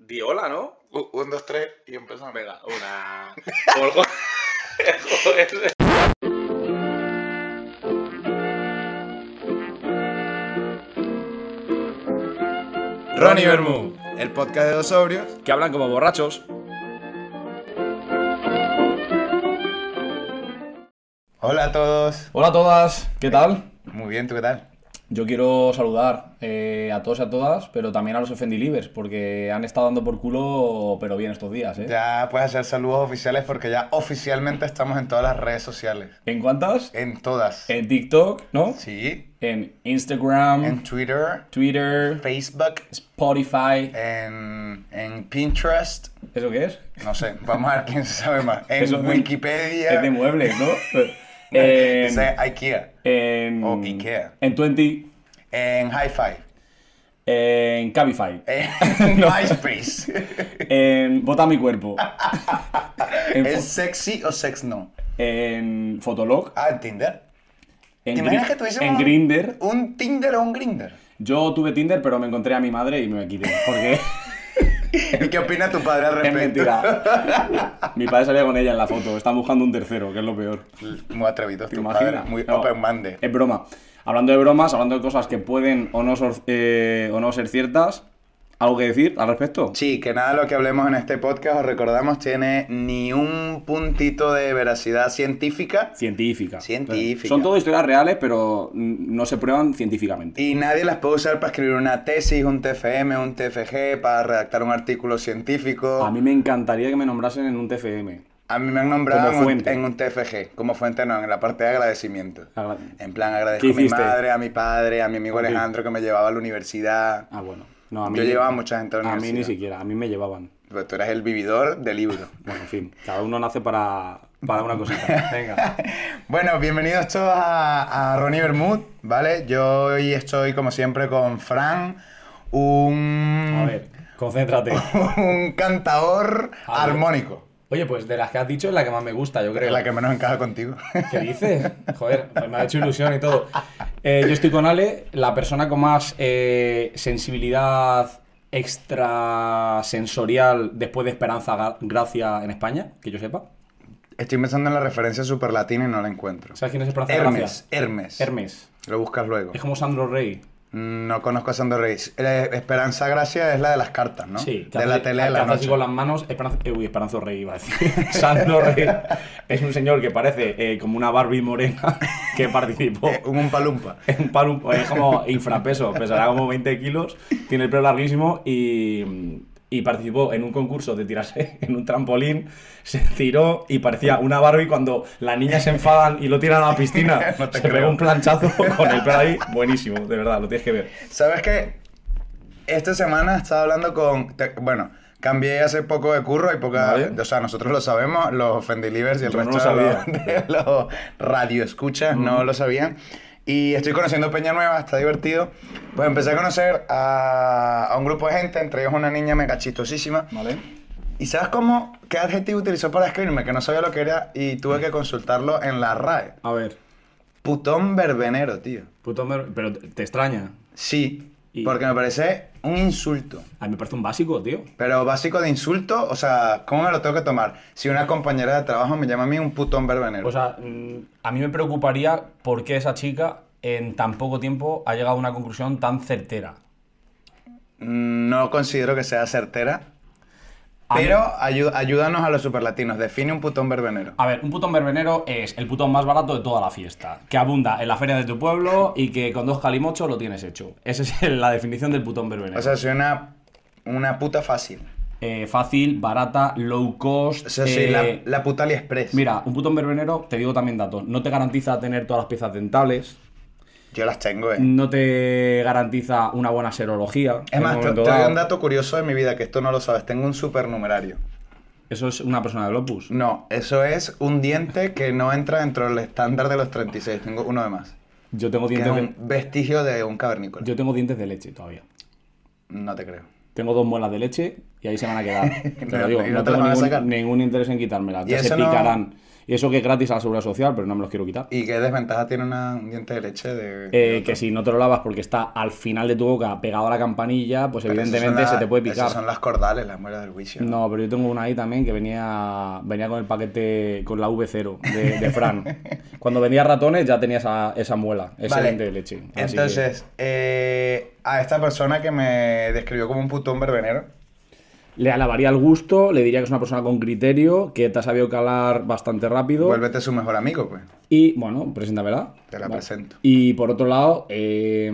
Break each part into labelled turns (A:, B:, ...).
A: Di hola, ¿no?
B: U- Un, dos, tres y empezamos.
A: Venga, una. Como el jo- Joder.
C: Ronnie Bermú, el podcast de los sobrios.
A: Que hablan como borrachos.
C: Hola a todos.
D: Hola a todas, ¿qué tal?
C: Muy bien, ¿tú qué tal?
D: Yo quiero saludar eh, a todos y a todas, pero también a los ofendilivers, porque han estado dando por culo, pero bien estos días, ¿eh?
C: Ya puedes hacer saludos oficiales porque ya oficialmente estamos en todas las redes sociales.
D: ¿En cuántas?
C: En todas.
D: En TikTok, ¿no?
C: Sí.
D: En Instagram,
C: En Twitter,
D: Twitter,
C: Facebook, Eh.
D: Spotify.
C: en, en Pinterest.
D: ¿Eso qué es?
C: No sé, vamos a ver quién sabe más. En
D: Eso es de-
C: Wikipedia.
D: Es de muebles, ¿no? en,
C: Dice IKEA.
D: en,
C: o Oh, Ikea.
D: En Twenty,
C: En Hi-Fi.
D: en Cabify,
C: En
D: No.
C: MySpace.
D: en Bota mi cuerpo, en,
C: ¿Es
D: fo-
C: sexy o sex no?
D: en Fotolog,
C: Ah, en Tinder.
D: en,
C: ¿Te imaginas
D: Grin-
C: que tuviésemos
D: en Grinder.
C: un Tinder o un Grinder?
D: Yo tuve Tinder, pero me encontré a mi madre y me quité. Porque
C: ¿Y qué opina tu padre al
D: es
C: respecto?
D: mentira. Mi padre salía con ella en la foto. Están buscando un tercero, que es lo peor.
C: Muy atrevido,
D: ¿Te
C: tu
D: imaginas?
C: padre. Muy
D: No,
C: open minded.
D: Es broma. Hablando de bromas, hablando de cosas que pueden o no, sor- eh, o no ser ciertas, ¿algo que decir al respecto?
C: Sí, que nada de lo que hablemos en este podcast, os recordamos, tiene ni un puntito de veracidad científica
D: Científica.
C: Científica.
D: Son todo historias reales, pero mm, no se prueban científicamente.
C: y nadie las puede usar para escribir una tesis, un TFM, un TFG, para redactar un artículo científico.
D: A mí me encantaría que me nombrasen en un TFM.
C: A mí me han nombrado
D: Como
C: en un-
D: fuente.
C: en un TFG, como fuente no, en la parte de agradecimiento.
D: Agra-
C: En plan, agradezco a
D: ¿Qué
C: mi
D: hiciste?
C: madre, a mi padre, a mi amigo
D: Ok.
C: Alejandro que me llevaba a la universidad.
D: Ah, bueno. No, a mí,
C: Yo llevaba mucha gente a la
D: A mí ni
C: universidad.
D: siquiera, a mí me llevaban.
C: Pero Pues tú eras el vividor de libro.
D: Bueno, en fin, cada uno nace para, para una cosita. Venga.
C: bueno, bienvenidos todos a, a Ronnie Bermud, ¿vale? Yo hoy estoy, como siempre, con Fran,
E: A
C: un,
E: ver, concéntrate.
C: un cantador
E: A ver.
C: armónico.
E: Oye, pues de las que has dicho es la que más me gusta, yo creo.
C: La que menos encaja contigo.
E: ¿Qué dices? Joder, pues me ha hecho ilusión y todo. Eh, yo estoy con Ale, la persona con más eh, sensibilidad extrasensorial después de Esperanza Ga- Gracia en España, que yo sepa.
C: estoy pensando en la referencia superlatina y no la encuentro.
E: ¿Sabes quién es Esperanza
C: Hermes,
E: Gracia?
C: Hermes.
E: Hermes.
C: Lo buscas luego.
E: Es como Sandro Rey.
C: Mm, No conozco a Sandro Reyes. Eh, Esperanza Gracia es la de las cartas, ¿no?
E: Sí, que
C: de la
E: hace-
C: tele de
E: que
C: la
E: hace así
C: noche.
E: con las manos. Esperanza, eh, uy, Esperanzo Rey iba a decir. Sandro Rey es un señor que parece eh, como una Barbie morena que participó.
C: Eh, un palumpa.
E: en palum- es como infrapeso, pesará como 20 kilos, tiene el pelo larguísimo y, y participó en un concurso de tirarse en un trampolín, se tiró y parecía una Barbie cuando las niñas se enfadan y lo tiran a la piscina.
C: No te
E: se
C: creo.
E: pegó un planchazo con el pelo ahí, buenísimo, de verdad, lo tienes que ver.
C: ¿Sabes qué? Esta semana estaba hablando con. te- bueno, cambié hace poco de curro, hay poca.
E: Vale.
C: O sea, nosotros lo sabemos, los Fendelivers y el
E: Yo no
C: resto
E: lo
C: de
E: sabía.
C: los- de los, radioescuchas no lo sabían. Y estoy conociendo Peña Nueva, está divertido. Pues empecé a conocer a, a un grupo de gente, entre ellos una niña mega chistosísima.
D: ¿Vale?
C: ¿Y sabes cómo? ¿Qué adjetivo utilizó para escribirme? Que no sabía lo que era y tuve que consultarlo en la RAE.
E: A ver,
C: Putón verbenero, tío.
E: puto mer- pero te te extraña.
C: Sí,
E: Y-
C: porque me parece un insulto.
E: A mí me parece un básico, tío.
C: Pero básico de insulto, o sea, ¿cómo me lo tengo que tomar? Si una compañera de trabajo me llama a mí un putón verbenero.
E: O sea, mm, a mí me preocuparía por qué esa chica en tan poco tiempo ha llegado a una conclusión tan certera.
C: Mm, no considero que sea certera,
E: A mí-
C: pero ayu- ayúdanos a los superlatinos. Define un putón verbenero.
E: A ver, un putón verbenero es el putón más barato de toda la fiesta, que abunda en la feria de tu pueblo y que con dos calimochos lo tienes hecho. Esa es el- la definición del putón verbenero.
C: O sea, soy una, una puta fácil.
E: Eh, fácil, barata, low cost.
C: O sea, soy la,
E: eh,
C: la puta AliExpress.
E: Mira, un putón verbenero, te digo también datos, no te garantiza tener todas las piezas dentales,
C: Yo las tengo, eh.
E: no te garantiza una buena serología.
C: Es
E: en
C: más,
E: un
C: te, te
E: momento
C: doy
E: dado.
C: un dato curioso de mi vida que esto no lo sabes. Tengo un supernumerario.
E: Eso es una persona de Opus.
C: No, eso es un diente que no entra dentro del estándar de los 36. Tengo uno de más.
E: Yo tengo,
C: Que es
E: dientes de,
C: un vestigio de un cavernícola.
E: yo tengo dientes de leche todavía.
C: No te creo.
E: Tengo dos muelas de leche Y ahí se van a quedar. Te
C: No,
E: lo digo,
C: y
E: no,
C: no te
E: tengo
C: las van a
E: ningún,
C: sacar.
E: ningún interés en quitármela.
C: Y
E: Ya se
C: eso no-
E: picarán. Y eso que es gratis a la seguridad social, pero no me los quiero quitar.
C: ¿Y qué desventaja tiene una, un diente de leche de.?
E: Eh, que si no te lo lavas porque está al final de tu boca pegado a la campanilla, pues
C: Pero esas son
E: evidentemente
C: las-
E: se te puede
C: Esas son
E: picar.
C: las cordales, las muelas del juicio.
E: No, pero yo tengo una ahí también que venía, venía con el paquete, con la V0 de, de Fran. Cuando vendía ratones ya tenía esa, esa muela, ese
C: Vale.
E: diente de leche. Así que-
C: Entonces, eh, a esta persona que me describió como un putón verbenero,
E: Le alabaría el gusto, le diría que es una persona con criterio, que te ha sabido calar bastante rápido.
C: vuélvete su mejor amigo, pues.
E: Y bueno, preséntamela.
C: Te la
E: Vale.
C: presento.
E: Y por otro lado, eh,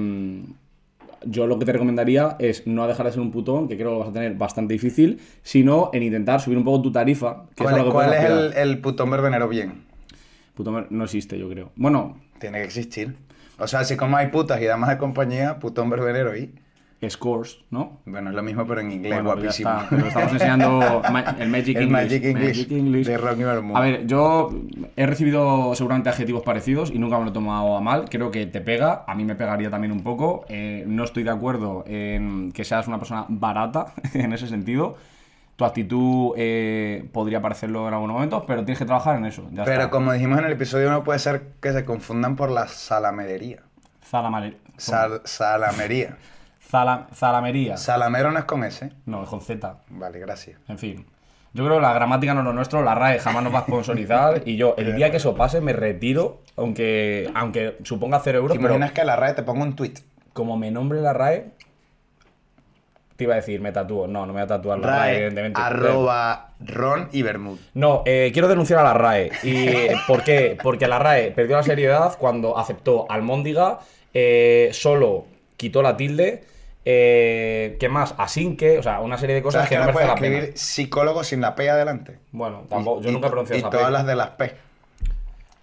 E: yo lo que te recomendaría es no dejar de ser un putón, que creo que lo vas a tener bastante difícil, sino en intentar subir un poco tu tarifa. Que es, a
C: ¿Cuál,
E: lo que
C: cuál
E: puedes
C: es
E: aspirar.
C: el, el putón verbenero bien?
E: Putón no existe, yo creo. Bueno,
C: Tiene que existir. O sea, así como hay putas y damas de compañía, putón verbenero y.
E: scores, ¿no?
C: Bueno, es lo mismo, pero en inglés,
E: Bueno, pues ya
C: guapísimo.
E: está. Pero estamos enseñando ma- el Magic
C: El
E: English.
C: Magic English de Rocky Balboa.
E: A ver, yo he recibido seguramente adjetivos parecidos y nunca me lo he tomado a mal. Creo que te pega, a mí me pegaría también un poco. Eh, no estoy de acuerdo en que seas una persona barata en ese sentido. Tu actitud eh, podría parecerlo en algunos momentos, pero tienes que trabajar en eso. Ya
C: Pero
E: está.
C: como dijimos en el episodio, no puede ser que se confundan por la salamería.
E: Zalamare-
C: Sal- salamería.
E: Zala- Zalamería.
C: Salamero no es con S.
E: no, es con Z.
C: Vale, gracias.
E: En fin. Yo creo que la gramática no es lo nuestro, la RAE jamás nos va a sponsorizar y yo el día que eso pase me retiro, aunque, aunque suponga cero euros,
C: ¿Te
E: pero
C: imaginas que la RAE te ponga un tweet?
E: como me nombre la RAE, te iba a decir, me tatúo. No, no me voy a tatuar la RAE,
C: RAE,
E: evidentemente.
C: arroba, ron y bermud.
E: No, eh, quiero denunciar a la RAE. ¿Y eh, por qué? Porque la RAE perdió la seriedad cuando aceptó Almóndiga, eh, solo quitó la tilde, eh, ¿qué más? Asinque, o sea, una serie de
C: O
E: cosas
C: sea,
E: que
C: que
E: no
C: no
E: merecen la
C: puedes
E: pena.
C: escribir psicólogo sin la P adelante.
E: Bueno, tampoco, yo
C: Y-
E: nunca
C: y-
E: pronuncié esa
C: Y todas
E: P.
C: las de las P.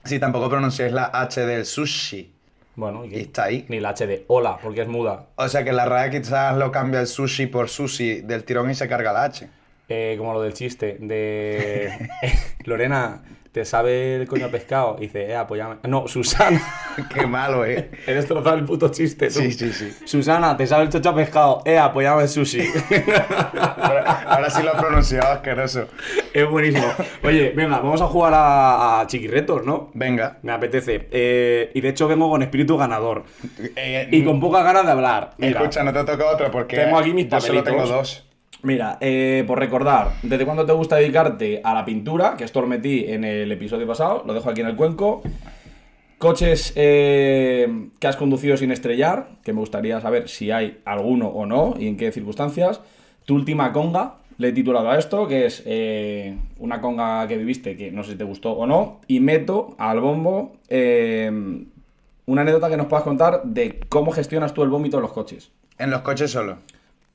C: Sí, tampoco pronunciáis la H del sushi.
E: Bueno,
C: Y está ahí.
E: Ni la H de hola, porque es muda.
C: O sea que la RAE quizás lo cambia el sushi por sushi del tirón y se carga la H.
E: Eh, como lo del chiste de eh, Lorena, ¿te sabe el coño pescado? Y dice, eh, apóyame. No, Susana.
C: Qué malo, eh.
E: He destrozado el puto chiste. tú.
C: Sí, sí, sí.
E: Susana, ¿te sabe el chocho pescado? Eh, apóyame sushi.
C: Ahora, ahora sí lo has pronunciado asqueroso.
E: es buenísimo. Oye, venga, vamos a jugar a, a chiquirretos, ¿no?
C: Venga.
E: Me apetece. Eh, y de hecho vengo con espíritu ganador.
C: Eh,
E: Y con pocas ganas de hablar. Mira.
C: Escucha, no te toca otra porque
E: Tengo aquí mis
C: yo solo tengo
E: papelitos.
C: dos.
E: Mira, eh, por recordar, ¿desde cuándo te gusta dedicarte a la pintura? Que esto lo metí en el episodio pasado, lo dejo aquí en el cuenco. Coches eh, que has conducido sin estrellar, que me gustaría saber si hay alguno o no y en qué circunstancias. Tu última conga, le he titulado a esto, que es eh, una conga que viviste, que no sé si te gustó o no. Y meto al bombo eh, una anécdota que nos puedas contar de cómo gestionas tú el vómito en los coches.
C: En los coches solo.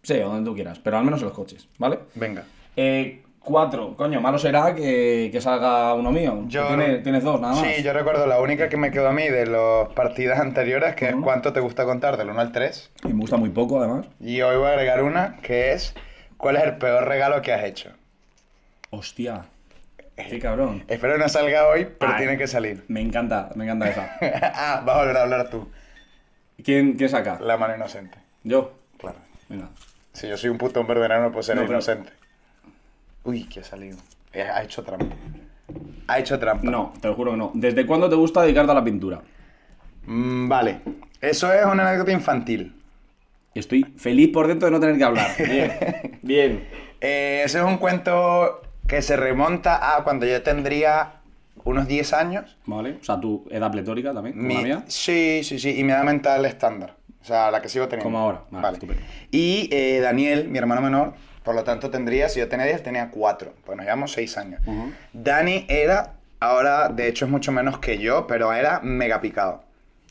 E: Sí, o donde tú quieras, pero al menos en los coches, ¿vale?
C: Venga.
E: Eh, cuatro, coño, malo será que, que salga uno mío. Tú tienes, tienes dos, nada más.
C: Sí, yo recuerdo la única que me quedó a mí de las partidas anteriores, que
E: Ujú.
C: es cuánto te gusta contar, del 1 al 3.
E: Y me gusta muy poco, además.
C: Y hoy voy a agregar una, que es cuál es el peor regalo que has hecho.
E: Hostia. Qué cabrón.
C: Espero que no salga hoy, pero
E: Ay.
C: tiene que salir.
E: Me encanta, me encanta esa.
C: ah, vas a volver a hablar tú.
E: ¿Quién, quién saca?
C: La mano inocente.
E: Yo.
C: Claro.
E: Venga.
C: Si yo soy un puto hombre verano, no puedo ser
E: No, pero-
C: inocente. Uy, que ha salido. Eh, Ha hecho trampa. Ha hecho trampa.
E: No, te lo juro que no. ¿Desde cuándo te gusta dedicarte a la pintura?
C: Mm, vale. Eso es una anécdota infantil.
E: Estoy feliz por dentro de no tener que hablar. Bien. Bien.
C: Eh, ese es un cuento que se remonta a cuando yo tendría unos 10 años.
E: Vale. O sea, tu edad pletórica también, como
C: Mi-
E: la mía.
C: Sí, sí, sí. Y mi edad mental estándar. O sea, la que sigo teniendo.
E: Como ahora. Vale, estupendo.
C: Y eh, Daniel, mi hermano menor, por lo tanto tendría, si yo tenía 10, tenía 4. Pues nos llevamos 6 años.
E: Ujú.
C: Dani era, ahora de hecho es mucho menos que yo, pero era mega picado.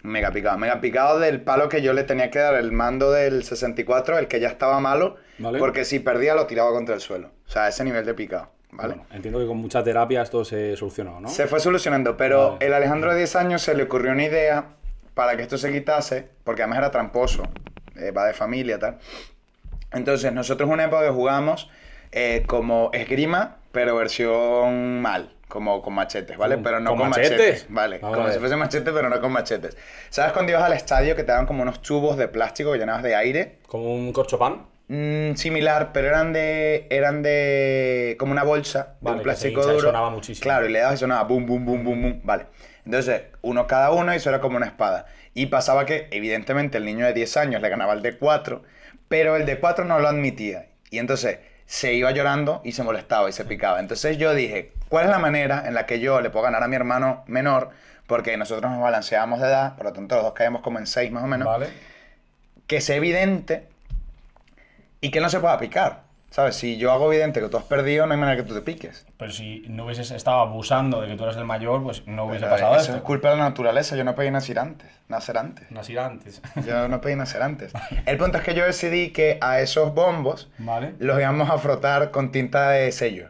C: Mega picado. Mega picado del palo que yo le tenía que dar el mando del 64, el que ya estaba malo.
E: Vale.
C: Porque si perdía lo tiraba contra el suelo. O sea, ese nivel de picado. ¿Vale?
E: Bueno, entiendo que con mucha terapia esto se solucionó, ¿no?
C: Se fue solucionando, pero
E: Vale.
C: el Alejandro de 10 años se le ocurrió una idea para que esto se quitase, porque además era tramposo, eh, va de familia, tal. Entonces, nosotros una época que jugamos eh, como esgrima, pero versión mal, como con machetes, ¿vale?
E: ¿Con-
C: Pero no
E: con
C: con,
E: machetes? Ah,
C: machetes? vale.
E: Vamos a
C: como
E: ver.
C: si fuese machete, pero no con machetes. ¿Sabes cuando ibas al estadio que te daban como unos tubos de plástico llenados de aire?
E: Como un corchopán.
C: mm, similar, pero eran de. eran de. como una bolsa, de
E: Vale, que
C: un
E: se
C: plástico
E: hincha y
C: duro.
E: sonaba muchísimo.
C: Claro, y le dabas y sonaba bum, bum, bum, bum, bum. Vale. Entonces, uno cada uno y eso era como una espada. Y pasaba que, evidentemente, el niño de 10 años le ganaba al de 4, pero el de 4 no lo admitía. Y entonces se iba llorando y se molestaba y se picaba. Entonces yo dije, ¿cuál es la manera en la que yo le puedo ganar a mi hermano menor? Porque nosotros nos balanceábamos de edad, por lo tanto los dos caemos como en 6 más o menos
E: Vale.
C: que sea evidente y que no se pueda picar. ¿Sabes? Si yo hago evidente que tú has perdido, no hay manera que tú te piques.
E: Pero si no hubieses estado abusando de que tú eras el mayor, pues no hubiese
C: Pero
E: pasado
C: eso es
E: esto.
C: culpa de la naturaleza. Yo no pedí nacer antes. Nacer antes.
E: Nacer antes.
C: Yo no pedí nacer antes. El punto es que yo decidí que a esos bombos
E: Vale.
C: los íbamos a frotar con tinta de sello.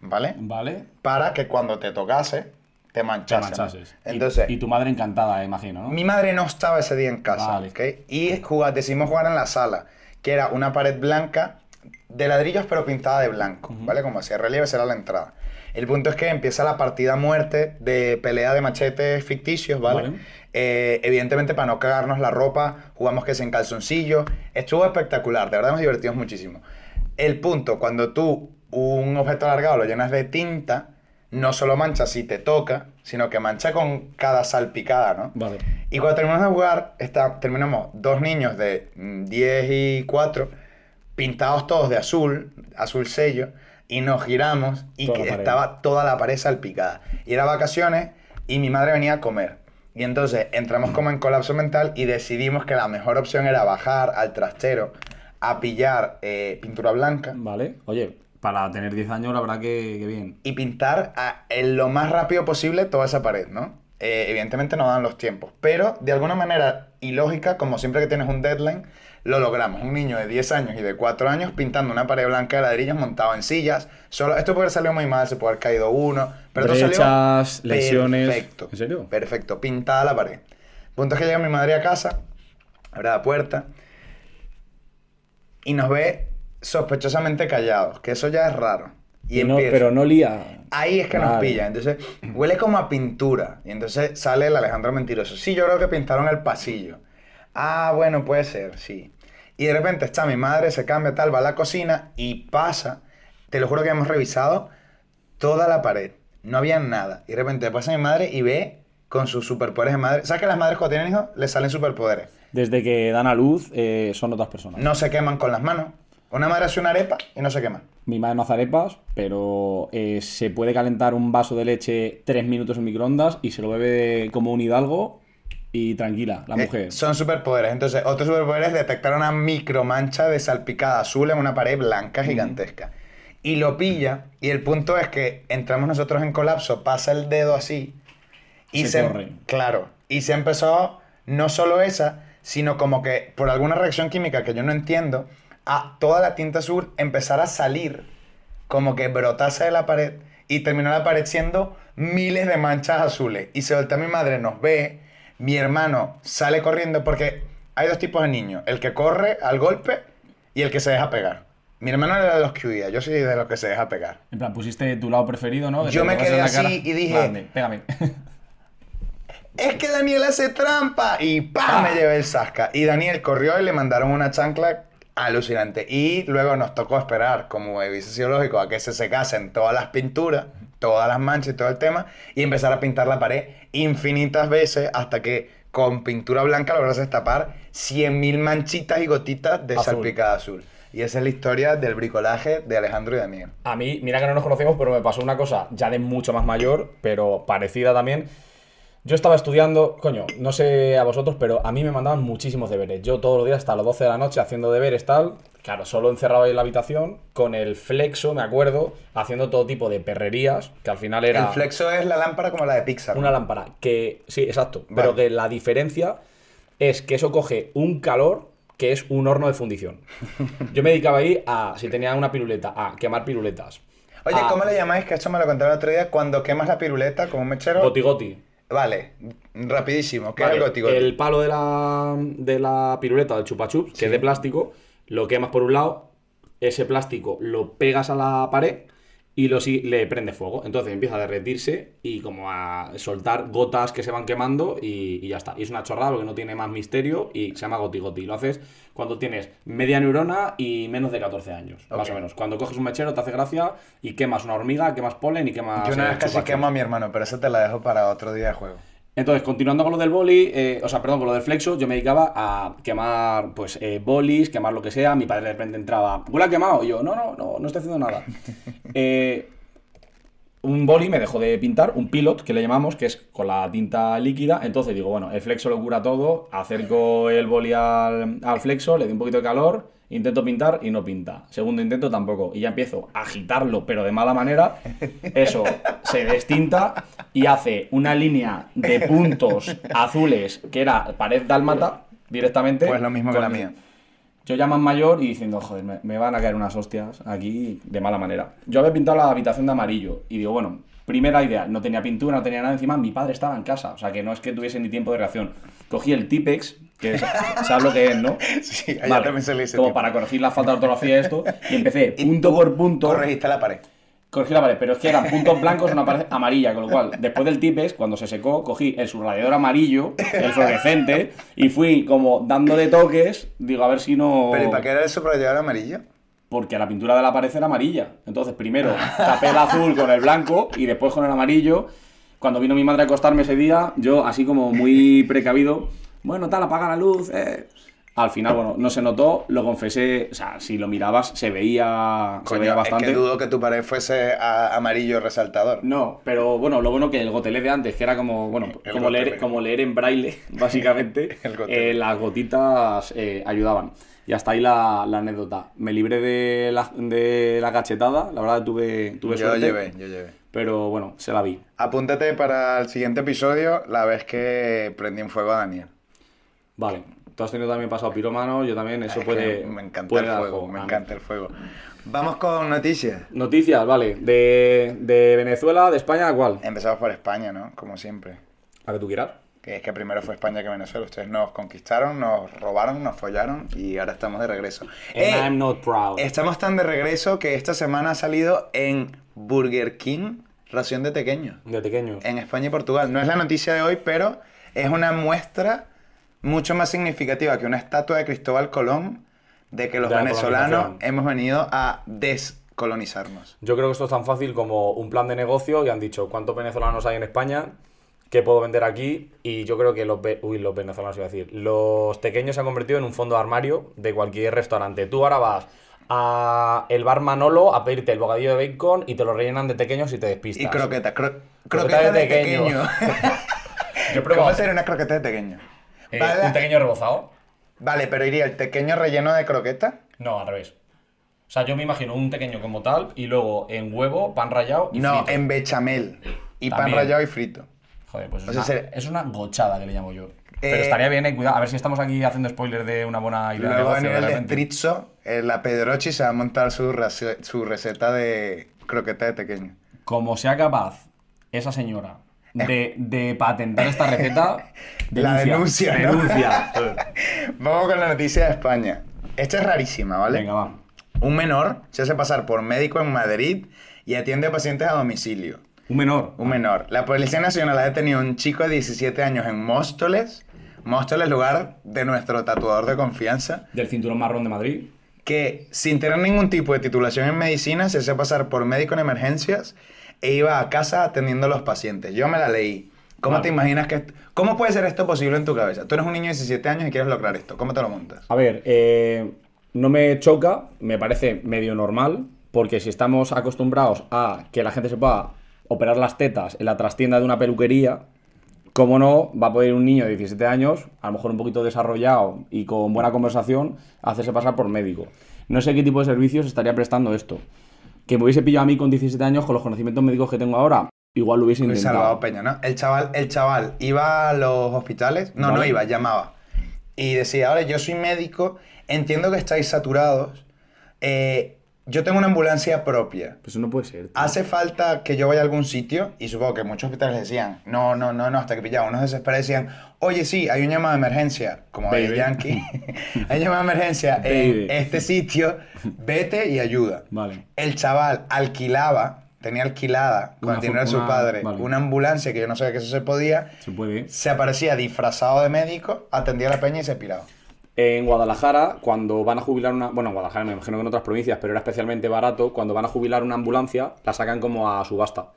C: ¿Vale?
E: Mm.
F: Vale.
C: Para que cuando te tocase, te
F: Te
C: manchasen.
F: manchases. Y-
C: Entonces,
F: y, tu madre encantada, eh, imagino, ¿no?
C: Mi madre no estaba ese día en casa,
F: Vale.
C: ¿ok? Y jugá- decidimos jugar en la sala, que era una pared blanca de ladrillos pero pintada de blanco, ¿vale? Como hacía relieve, será la entrada. El punto es que empieza la partida a muerte de pelea de machetes ficticios, ¿vale?
F: Vale.
C: Eh, evidentemente, para no cagarnos la ropa, jugamos que sin calzoncillo. Estuvo espectacular, de verdad nos divertimos muchísimo. El punto, cuando tú un objeto alargado lo llenas de tinta, no solo mancha si te toca, sino que mancha con cada salpicada, ¿no?
F: Vale.
C: Y cuando terminamos de jugar, está, terminamos dos niños de mm, 10 y 4, pintados todos de azul, azul sello, y nos giramos y
F: Toda
C: que
F: la pared.
C: estaba toda la pared salpicada. Y era vacaciones y mi madre venía a comer. Y entonces entramos como en colapso mental y decidimos que la mejor opción era bajar al trastero a pillar eh, pintura blanca
F: Vale. Oye, para tener 10 años, la verdad que, que bien.
C: y pintar a- en lo más rápido posible toda esa pared, ¿no? Eh, evidentemente no dan los tiempos, pero de alguna manera ilógica, como siempre que tienes un deadline, lo logramos. Un niño de 10 años y de 4 años pintando una pared blanca de ladrillos montado en sillas. Solo, esto puede haber salido muy mal, se puede haber caído uno, pero todo salió
F: Brechas, lesiones.
C: perfecto.
F: ¿En serio?
C: Perfecto, pintada la pared. Punto es que llega mi madre a casa, abre la puerta y nos ve sospechosamente callados, que eso ya es raro. Y
F: No,
C: empieza.
F: pero no lía.
C: Ahí es que nos
F: Vale.
C: pilla. Entonces, huele como a pintura. Y entonces sale el Alejandro Mentiroso. Sí, yo creo que pintaron el pasillo. Ah, bueno, puede ser, sí. Y de repente está mi madre, se cambia tal, va a la cocina y pasa. Te lo juro que hemos revisado toda la pared. No había nada. Y de repente pasa mi madre y ve con sus superpoderes de madre. ¿Sabes que las madres cuando tienen hijos les salen superpoderes?
F: Desde que dan a luz, eh, son otras personas.
C: No se queman con las manos. Una madre hace una arepa y no se quema.
F: Mi madre no hace arepas, pero eh, se puede calentar un vaso de leche tres minutos en microondas y se lo bebe como un hidalgo y tranquila, la
C: Eh,
F: mujer.
C: son superpoderes. Entonces, otro superpoder es detectar una micromancha de salpicada azul en una pared blanca gigantesca. Y lo pilla, y el punto es que entramos nosotros en colapso, pasa el dedo así, y
F: Se
C: se, em-
F: corre.
C: Claro. Y se empezó no solo esa, sino como que por alguna reacción química que yo no entiendo, a toda la tinta azul empezara a salir, como que brotase de la pared y terminó la pared siendo miles de manchas azules. Y se voltea mi madre, nos ve, mi hermano sale corriendo porque hay dos tipos de niños, el que corre al golpe y el que se deja pegar. Mi hermano era de los que huía, yo soy de los que se deja pegar.
D: En plan, pusiste tu lado preferido, ¿no? De
C: Yo
D: que
C: me
D: te pasas
C: quedé
D: la
C: así
D: cara.
C: y dije-
D: Grande, pégame.
C: es que Daniel hace trampa y
E: Ah.
C: ¡pam! me llevé el sasca. Y Daniel corrió y le mandaron una chancla alucinante. Y luego nos tocó esperar, como evidencia sociológico, a que se secasen todas las pinturas, todas las manchas y todo el tema, y empezar a pintar la pared infinitas veces hasta que con pintura blanca logras destapar 100.000 manchitas y gotitas de
E: Azul.
C: salpicada azul. Y esa es la historia del bricolaje de Alejandro y Daniel.
E: A mí, mira que no nos conocemos, pero me pasó una cosa ya de mucho más mayor, pero parecida también. Yo estaba estudiando, coño, no sé a vosotros, pero a mí me mandaban muchísimos deberes. Yo todos los días hasta las 12 de la noche haciendo deberes, tal. Claro, solo encerrado ahí en la habitación, con el flexo, me acuerdo, haciendo todo tipo de perrerías, que al final era
C: El flexo es la lámpara como la de Pixar.
E: una lámpara. Que, sí, exacto, pero
C: Vale.
E: que la diferencia es que eso coge un calor que es un horno de fundición. Yo me dedicaba ahí a, si tenía una piruleta, a quemar piruletas.
C: Oye,
E: a-
C: ¿cómo le llamáis? Que esto me lo contaron el otro día. Cuando quemas la piruleta con un mechero.
E: Gotigoti.
C: Vale, rapidísimo. ¿Qué
E: Vale,
C: es el gótico?
E: el palo de la, de la piruleta, del chupachups, que es de plástico, lo quemas por un lado, ese plástico lo pegas a la pared y lo si- le prende fuego. Entonces empieza a derretirse y como a soltar gotas que se van quemando y, y ya está. Y es una chorrada porque no tiene más misterio y se llama goti goti. Lo haces cuando tienes media neurona y menos de 14 años, más o menos. Cuando coges un mechero te hace gracia y quemas una hormiga, quemas polen y quemas...
C: Yo una
E: eh,
C: vez casi
E: chupachups.
C: quemo a mi hermano, pero eso te la dejo para otro día de juego.
E: Entonces, continuando con lo del boli, eh, o sea, perdón, con lo del flexo, yo me dedicaba a quemar, pues, eh, bolis, quemar lo que sea. Mi padre de repente entraba, ¿Gula ha quemado? Y yo, no, no, no, no estoy haciendo nada. Eh, un boli me dejó de pintar, un pilot, que le llamamos, que es con la tinta líquida. Entonces digo, bueno, el flexo lo cura todo, acerco el boli al, al flexo, le doy un poquito de calor, intento pintar y no pinta. Segundo intento tampoco. Y ya empiezo a agitarlo, pero de mala manera. Eso se destinta y hace una línea de puntos azules, que era pared dálmata, directamente.
C: Pues lo mismo que
E: con-
C: la mía.
E: yo ya más mayor y diciendo, joder, me, me van a caer unas hostias aquí de mala manera. Yo había pintado la habitación de amarillo y digo, bueno, primera idea, no tenía pintura, no tenía nada encima, mi padre estaba en casa, o sea que no es que tuviese ni tiempo de reacción. Cogí el Tipex, que es- sabes lo que es, ¿no?
C: Sí, allá también se le dice
E: Como
C: Tipex.
E: para corregir la falta de ortografía de esto, y empecé punto por punto.
C: Corregiste la pared.
E: Corregí la pared, pero es que eran puntos blancos una pared amarilla, con lo cual, después del tipes, cuando se secó, cogí el subradiador amarillo, el fluorescente, y fui como dándole toques, digo, a ver si no...
C: Pero ¿y para qué era el subrayador amarillo?
E: Porque la pintura de la pared era amarilla. Entonces, primero tapé el azul con el blanco y después con el amarillo. Cuando vino mi madre a acostarme ese día, yo, así como muy precavido, bueno, tal, apaga la luz. eh. Al final, bueno, no se notó, lo confesé. O sea, si lo mirabas, se veía, se veía
C: Coño,
E: bastante. Mm,
C: Es que dudo que tu pared fuese a- amarillo resaltador.
E: No, pero bueno, lo bueno que el gotelé de antes, que era como, bueno,
C: El
E: como, leer,
C: gotelé.
E: como leer en braille, básicamente,
C: El gotelé.
E: eh, las gotitas eh, ayudaban. Y hasta ahí la, la anécdota. Me libré de la, de la cachetada, la verdad tuve, tuve
C: yo
E: suerte,
C: llevé, yo llevé.
E: pero bueno, se la vi.
C: Apúntate para el siguiente episodio la vez que prendí en fuego a Daniel.
E: Vale, tú has tenido también pasado piromano, yo también, eso
C: Es que
E: puede...
C: me encanta
E: puede
C: el
E: dar
C: fuego,
E: juego.
C: me
E: Ah,
C: encanta el fuego. Vamos con noticias.
E: Noticias, vale, de, de Venezuela, de España, ¿cuál?
C: Empezamos por España, ¿no? Como siempre.
E: La que tú quieras.
C: Que es que primero fue España que Venezuela. Ustedes nos conquistaron, nos robaron, nos follaron y ahora estamos de regreso.
E: And
C: Eh,
E: I'm not proud.
C: Estamos tan de regreso que esta semana ha salido en Burger King ración de pequeño.
E: De pequeños.
C: En España y Portugal. No es la noticia de hoy, pero es una muestra mucho más significativa que una estatua de Cristóbal Colón de que los
E: De la
C: venezolanos
E: colonización.
C: hemos venido a descolonizarnos.
G: Yo creo que esto es tan fácil como un plan de negocio y han dicho cuántos venezolanos hay en España, qué puedo vender aquí y yo creo que los, ve- uy, los venezolanos iba a decir, los pequeños se han convertido en un fondo de armario de cualquier restaurante. Tú ahora vas a el bar Manolo a pedirte el bocadillo de bacon y te lo rellenan de pequeños y te despistas.
C: Y croquetas, cro-
G: Croqueta
C: croquetas de
G: de
C: pequeño.
G: tequeño. Yo he
C: ¿Cómo
G: probado
C: sería una croqueta de pequeño?
G: eh,
C: Vale,
G: un pequeño rebozado.
C: vale, pero iría el pequeño relleno de croqueta.
G: No, al revés. O sea, yo me imagino un pequeño como tal y luego en huevo, pan rallado y
C: No,
G: frito.
C: en bechamel. Y pan
G: También.
C: rallado y frito.
G: Joder, pues es,
C: O sea,
G: una,
C: ser-
G: es una gochada que le llamo yo.
C: Eh,
G: Pero estaría bien, eh, cuidado. A ver si estamos aquí haciendo spoilers de una buena idea. de
C: Luego va a
G: negocio,
C: venir el
G: de
C: de
G: repente.
C: Strizzo, eh, la Pedrochi se va a montar su, race- su receta de croqueta de pequeño.
G: Como sea capaz esa señora de, de patentar esta receta,
C: La denuncia, ¿no?
G: denuncia.
C: Vamos con la noticia de España. Esta es rarísima, ¿vale?
G: Venga, va.
C: Un menor se hace pasar por médico en Madrid y atiende a pacientes a domicilio.
E: Un menor.
C: Un menor. La Policía Nacional ha detenido a un chico de 17 años en Móstoles. Móstoles, lugar de nuestro tatuador de confianza.
E: Del cinturón marrón de Madrid.
C: que sin tener ningún tipo de titulación en medicina se hacía pasar por médico en emergencias e iba a casa atendiendo a los pacientes. Yo me la leí. ¿Cómo te imaginas que... ¿Cómo puede ser esto posible en tu cabeza? Tú eres un niño de 17 años y quieres lograr esto. ¿Cómo te lo montas?
E: A ver, eh, no me choca, me parece medio normal, porque si estamos acostumbrados a que la gente se pueda operar las tetas en la trastienda de una peluquería, cómo no va a poder un niño de 17 años, a lo mejor un poquito desarrollado y con buena conversación, hacerse pasar por médico. No sé qué tipo de servicios estaría prestando esto. Que me hubiese pillado a mí con 17 años con los conocimientos médicos que tengo ahora, igual lo hubiese
C: Luis Salvador
E: intentado.
C: Peña, ¿no? El chaval, el chaval iba a los hospitales. No, no
E: Vale.
C: iba, llamaba. Y decía, ahora yo soy médico, entiendo que estáis saturados. eh, yo tengo una ambulancia propia.
E: Pues eso no puede ser. tío.
C: Hace falta que yo vaya a algún sitio y supongo que muchos hospitales decían, no, no, no, no, hasta que pillaban unos desesperados y decían, oye, sí, hay un llamado de emergencia, como de
E: Baby.
C: Yankee, hay un llamado de emergencia
E: Baby.
C: en este sitio, vete y ayuda.
E: Vale.
C: El chaval alquilaba tenía alquilada con
F: Una
C: el dinero de
F: fo-
C: su
F: una-
C: padre
F: vale.
C: una ambulancia que yo no sabía que eso se podía,
F: Se puede.
C: se aparecía disfrazado de médico, atendía a la peña y se piraba.
E: En Guadalajara, cuando van a jubilar una. Bueno, en Guadalajara me imagino que en otras provincias, pero era especialmente barato. Cuando van a jubilar una ambulancia, la sacan como a subasta.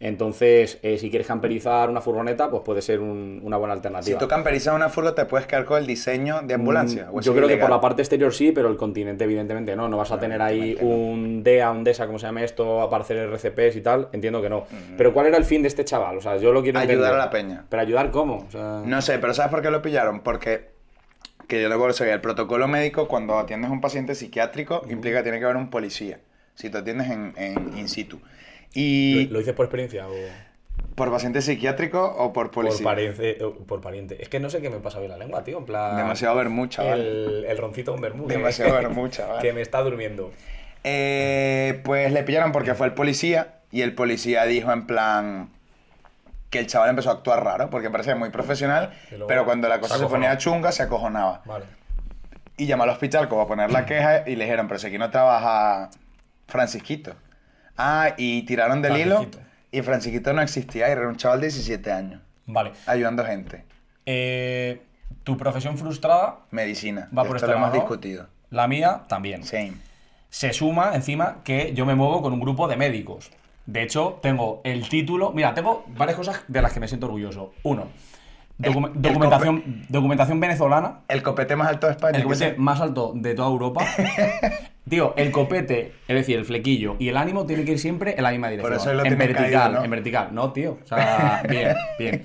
E: Entonces, eh, si quieres camperizar una furgoneta, pues puede ser un- una buena
C: Si
E: alternativa.
C: tú camperizas una furgo, te puedes quedar con el diseño de ambulancia.
E: Mm,
C: o eso
E: Yo
C: es
E: creo que
C: ilegal.
E: por la parte exterior sí, pero el continente, evidentemente, no. No vas a tener ahí un DEA, un DESA, como se llama esto, aparecer RCPs y tal. Entiendo que no. Pero ¿cuál era el fin de este chaval? O sea, yo lo quiero
C: Mm. Ayudar
E: entender.
C: a la peña.
E: ¿Pero ayudar cómo? O sea,
C: No sé, pero ¿sabes por qué lo pillaron? Porque, que yo luego lo sabía, el protocolo médico cuando atiendes a un paciente psiquiátrico implica que tiene que haber un policía, si te atiendes en, en in situ. Y
E: ¿Lo, lo dices por experiencia o
C: por paciente psiquiátrico o por
E: por
C: policía.
E: pariente, o por pariente? Es que no sé qué me pasa bien la lengua, tío. En plan.
C: Demasiado vermú, chaval.
E: El, el roncito con vermú. que-
C: Demasiado vermú, chaval.
E: Que me está durmiendo.
C: Eh, pues le pillaron porque fue el policía y el policía dijo en plan que el chaval empezó a actuar raro porque parecía muy profesional,
E: Y luego
C: pero cuando la cosa
E: se
C: se ponía
E: acojonó.
C: chunga se acojonaba.
E: Vale.
C: Y llamó al hospital como a poner la queja y le dijeron, pero si aquí no trabaja Francisquito. Ah, y tiraron del hilo
E: Francisquito.
C: y Francisquito no existía, era un chaval de 17 años,
E: Vale.
C: ayudando gente.
E: Eh, tu profesión frustrada,
C: Medicina.
E: Va por este
C: Esto lo hemos
E: lado, ¿no?
C: discutido.
E: la mía también.
C: Same.
E: se suma encima que yo me muevo con un grupo de médicos. De hecho, tengo el título. Mira, tengo varias cosas de las que me siento orgulloso. Uno, docu-
C: El- el
E: documentación, documentación venezolana,
C: El copete más alto de España.
E: el
C: que
E: copete
C: se-
E: más alto de toda Europa. Tío, el copete, es decir, el flequillo y el ánimo tiene que ir siempre en la misma dirección.
C: eso lo
E: en
C: tienen
E: vertical,
C: caído, ¿no?
E: en vertical. No, tío. O sea, bien, bien.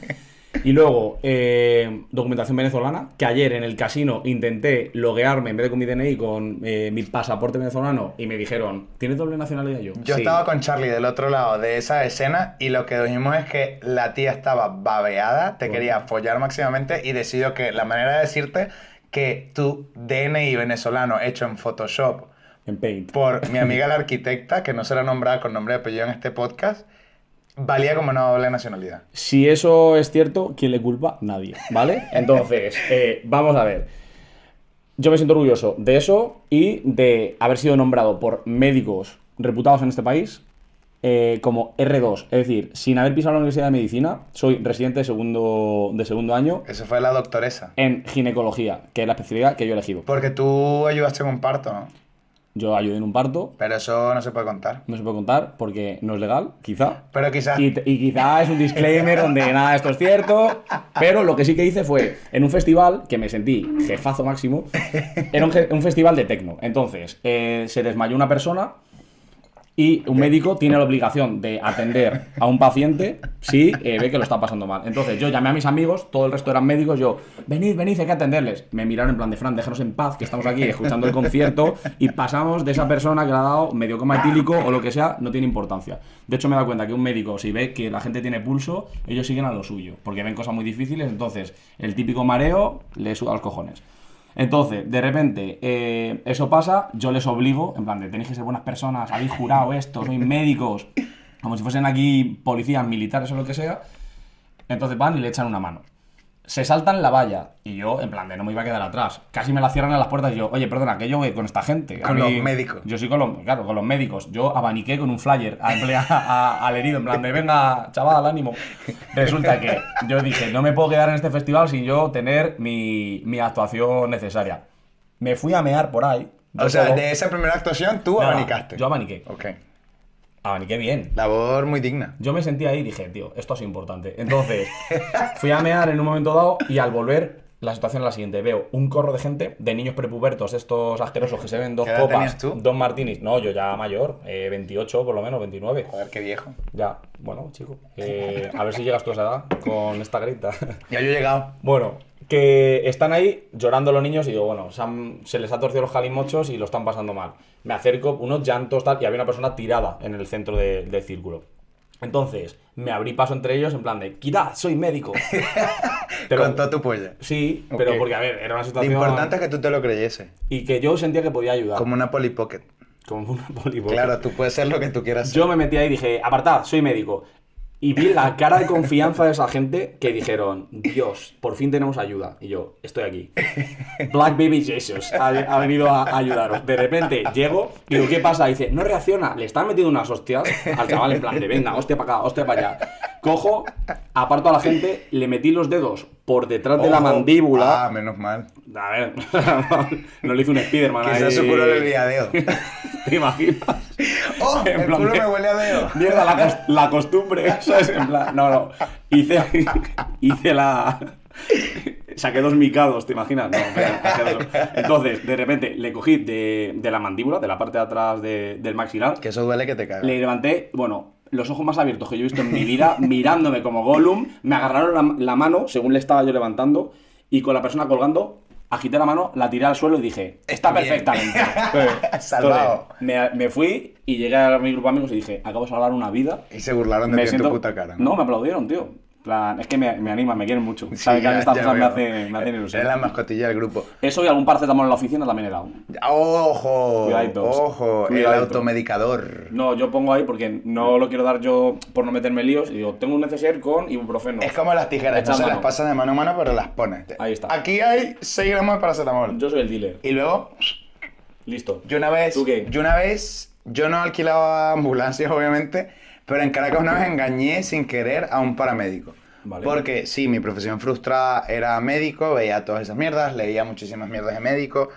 E: Y luego, eh, documentación venezolana, que ayer en el casino intenté loguearme en vez de con mi DNI con eh, mi pasaporte venezolano y me dijeron, ¿tienes doble nacionalidad yo?
C: Yo
E: Sí.
C: estaba con Charlie del otro lado de esa escena y lo que dijimos es que la tía estaba babeada, te quería follar máximamente y decidió que la manera de decirte que tu DNI venezolano hecho en Photoshop
E: en Paint.
C: por mi amiga la arquitecta, que no será nombrada con nombre y apellido en este podcast, valía como una doble nacionalidad.
E: Si eso es cierto, ¿quién le culpa? Nadie, ¿vale? Entonces, eh, vamos a ver. Yo me siento orgulloso de eso y de haber sido nombrado por médicos reputados en este país eh, como R2. Es decir, sin haber pisado la Universidad de Medicina, soy residente de segundo, de segundo año
C: Eso fue la doctoresa.
E: en ginecología, que es la especialidad que yo he elegido.
C: Porque tú ayudaste en un parto, ¿no?
E: Yo ayudé en un parto,
C: Pero eso no se puede contar.
E: no se puede contar porque no es legal, quizá.
C: Pero quizás...
E: Y, y quizá es un disclaimer donde nada de esto es cierto, pero lo que sí que hice fue en un festival que me sentí jefazo máximo, era un, je- un festival de tecno. Entonces, eh, se desmayó una persona y un médico tiene la obligación de atender a un paciente si eh, ve que lo está pasando mal. Entonces, yo llamé a mis amigos, todo el resto eran médicos, yo, venid, venid, hay que atenderles. Me miraron en plan de Fran, déjanos en paz, que estamos aquí escuchando el concierto y pasamos de esa persona que le ha dado medio coma etílico o lo que sea, no tiene importancia. De hecho, me he dado cuenta que un médico, si ve que la gente tiene pulso, ellos siguen a lo suyo, porque ven cosas muy difíciles, entonces el típico mareo le suda los cojones. Entonces, de repente, eh, eso pasa, yo les obligo, en plan, de tenéis que ser buenas personas, habéis jurado esto, sois médicos, como si fuesen aquí policías, militares o lo que sea. Entonces van y le echan una mano. Se saltan la valla y yo, en plan, de no me iba a quedar atrás. Casi me la cierran a las puertas y yo, oye, perdona, que yo voy con esta gente. A
C: Con los médicos.
E: Yo soy con los, claro, con los médicos. Yo abaniqué con un flyer a emplea- a- al herido, en plan, de venga, chaval, ánimo. Resulta que yo dije, no me puedo quedar en este festival sin yo tener mi, mi actuación necesaria. Me fui a mear por ahí.
C: O
E: Yo
C: sea,
E: solo-
C: de esa primera actuación tú
E: No, no,
C: abanicaste.
E: Yo abaniqué.
C: Ok.
E: Abaniqué bien.
C: Labor muy digna.
E: Yo me sentí ahí y dije, tío, esto es importante. Entonces, fui a mear en un momento dado y al volver, la situación es la siguiente. Veo un corro de gente, de niños prepubertos, estos asquerosos que se ven dos
C: ¿Qué edad
E: copas,
C: tenías tú?
E: dos martinis. No, yo ya mayor, eh, 28 por lo menos, 29.
C: Joder, qué viejo.
E: Ya, bueno, chico, eh, a ver si llegas tú a esa edad con esta grita.
C: Ya yo he llegado.
E: Bueno, que están ahí llorando los niños y digo, bueno, se, han- se les ha torcido los jalimochos y lo están pasando mal. Me acerco, unos llantos, tal, y había una persona tirada en el centro de- del círculo. Entonces, me abrí paso entre ellos en plan de, quita, soy médico. Pero-
C: Con todo tu polla.
E: Sí,
C: Ok.
E: pero porque, a ver, era una
C: Lo
E: situación...
C: importante es que tú te lo creyese.
E: Y que yo sentía que podía ayudar.
C: Como una Polly Pocket.
E: Como una poliboca.
C: Claro, tú puedes ser lo que tú quieras ser.
E: Yo me metí ahí y dije, apartad, soy médico. Y vi la cara de confianza de esa gente que dijeron, Dios, por fin tenemos ayuda. Y yo, estoy aquí. Black Baby Jesus ha, ha venido a, a ayudaros. De repente llego y digo, ¿qué pasa? Y dice, no reacciona, le están metiendo unas hostias al chaval en plan de, venga, hostia para acá, hostia para allá. Cojo, aparto a la gente, le metí los dedos por detrás de la
C: Ojo.
E: mandíbula.
C: Ah, menos mal.
E: A ver, no le hizo un Spiderman
C: Quizás su
E: ahí.
C: culo le olía a dedo.
E: ¿Te imaginas?
C: ¡Oh!
E: En
C: El
E: plan
C: culo
E: que-
C: me huele a dedo.
E: Mierda, la, cos- la costumbre, ¿sabes? En plan, no, no. Hice, hice la. Saqué dos micados, ¿te imaginas? No, espera, saqué dos. Entonces, de repente, le cogí de, de la mandíbula, de la parte de atrás de- del maxilar,
C: Que eso duele que te cagas.
E: le levanté, bueno, los ojos más abiertos que yo he visto en mi vida, mirándome como Gollum, me agarraron la, la mano, según le estaba yo levantando, y con la persona colgando, agité la mano, la tiré al suelo y dije, está
C: Bien.
E: perfectamente.
C: Salvado.
E: Entonces, me, me fui y llegué a mi grupo de amigos y dije, acabo de salvar una vida.
C: Y se burlaron de ti en tu puta cara.
E: ¿no? me aplaudieron, tío. En plan, es que me, me animan, me quieren mucho.
C: Sí,
E: Saben que a mí
C: ya-
E: estas
C: ya
E: cosas me
C: veo.
E: hacen, me hacen ilusión.
C: Eres la mascotilla del grupo.
E: Eso y algún paracetamol en la oficina también he dado.
C: ¡Ojo!
E: Cuidadito.
C: ¡Ojo! El
E: Cuidadito.
C: automedicador.
E: No, yo pongo ahí porque no lo quiero dar yo por no meterme en líos. Y digo, tengo un neceser con ibuprofeno.
C: Es como las tijeras,
E: Echa
C: no se
E: mano.
C: las pasas de mano a mano, pero las pones.
E: Ahí está.
C: Aquí hay 6 gramos de paracetamol.
E: Yo soy el dealer.
C: Y luego,
E: Listo.
C: yo una vez,
E: ¿Tú qué?
C: yo una vez, yo no alquilaba ambulancias, obviamente, pero en Caracas una vez engañé sin querer a un paramédico.
E: Vale.
C: Porque sí, mi profesión frustrada era médico, veía todas esas mierdas, leía muchísimas mierdas de médico.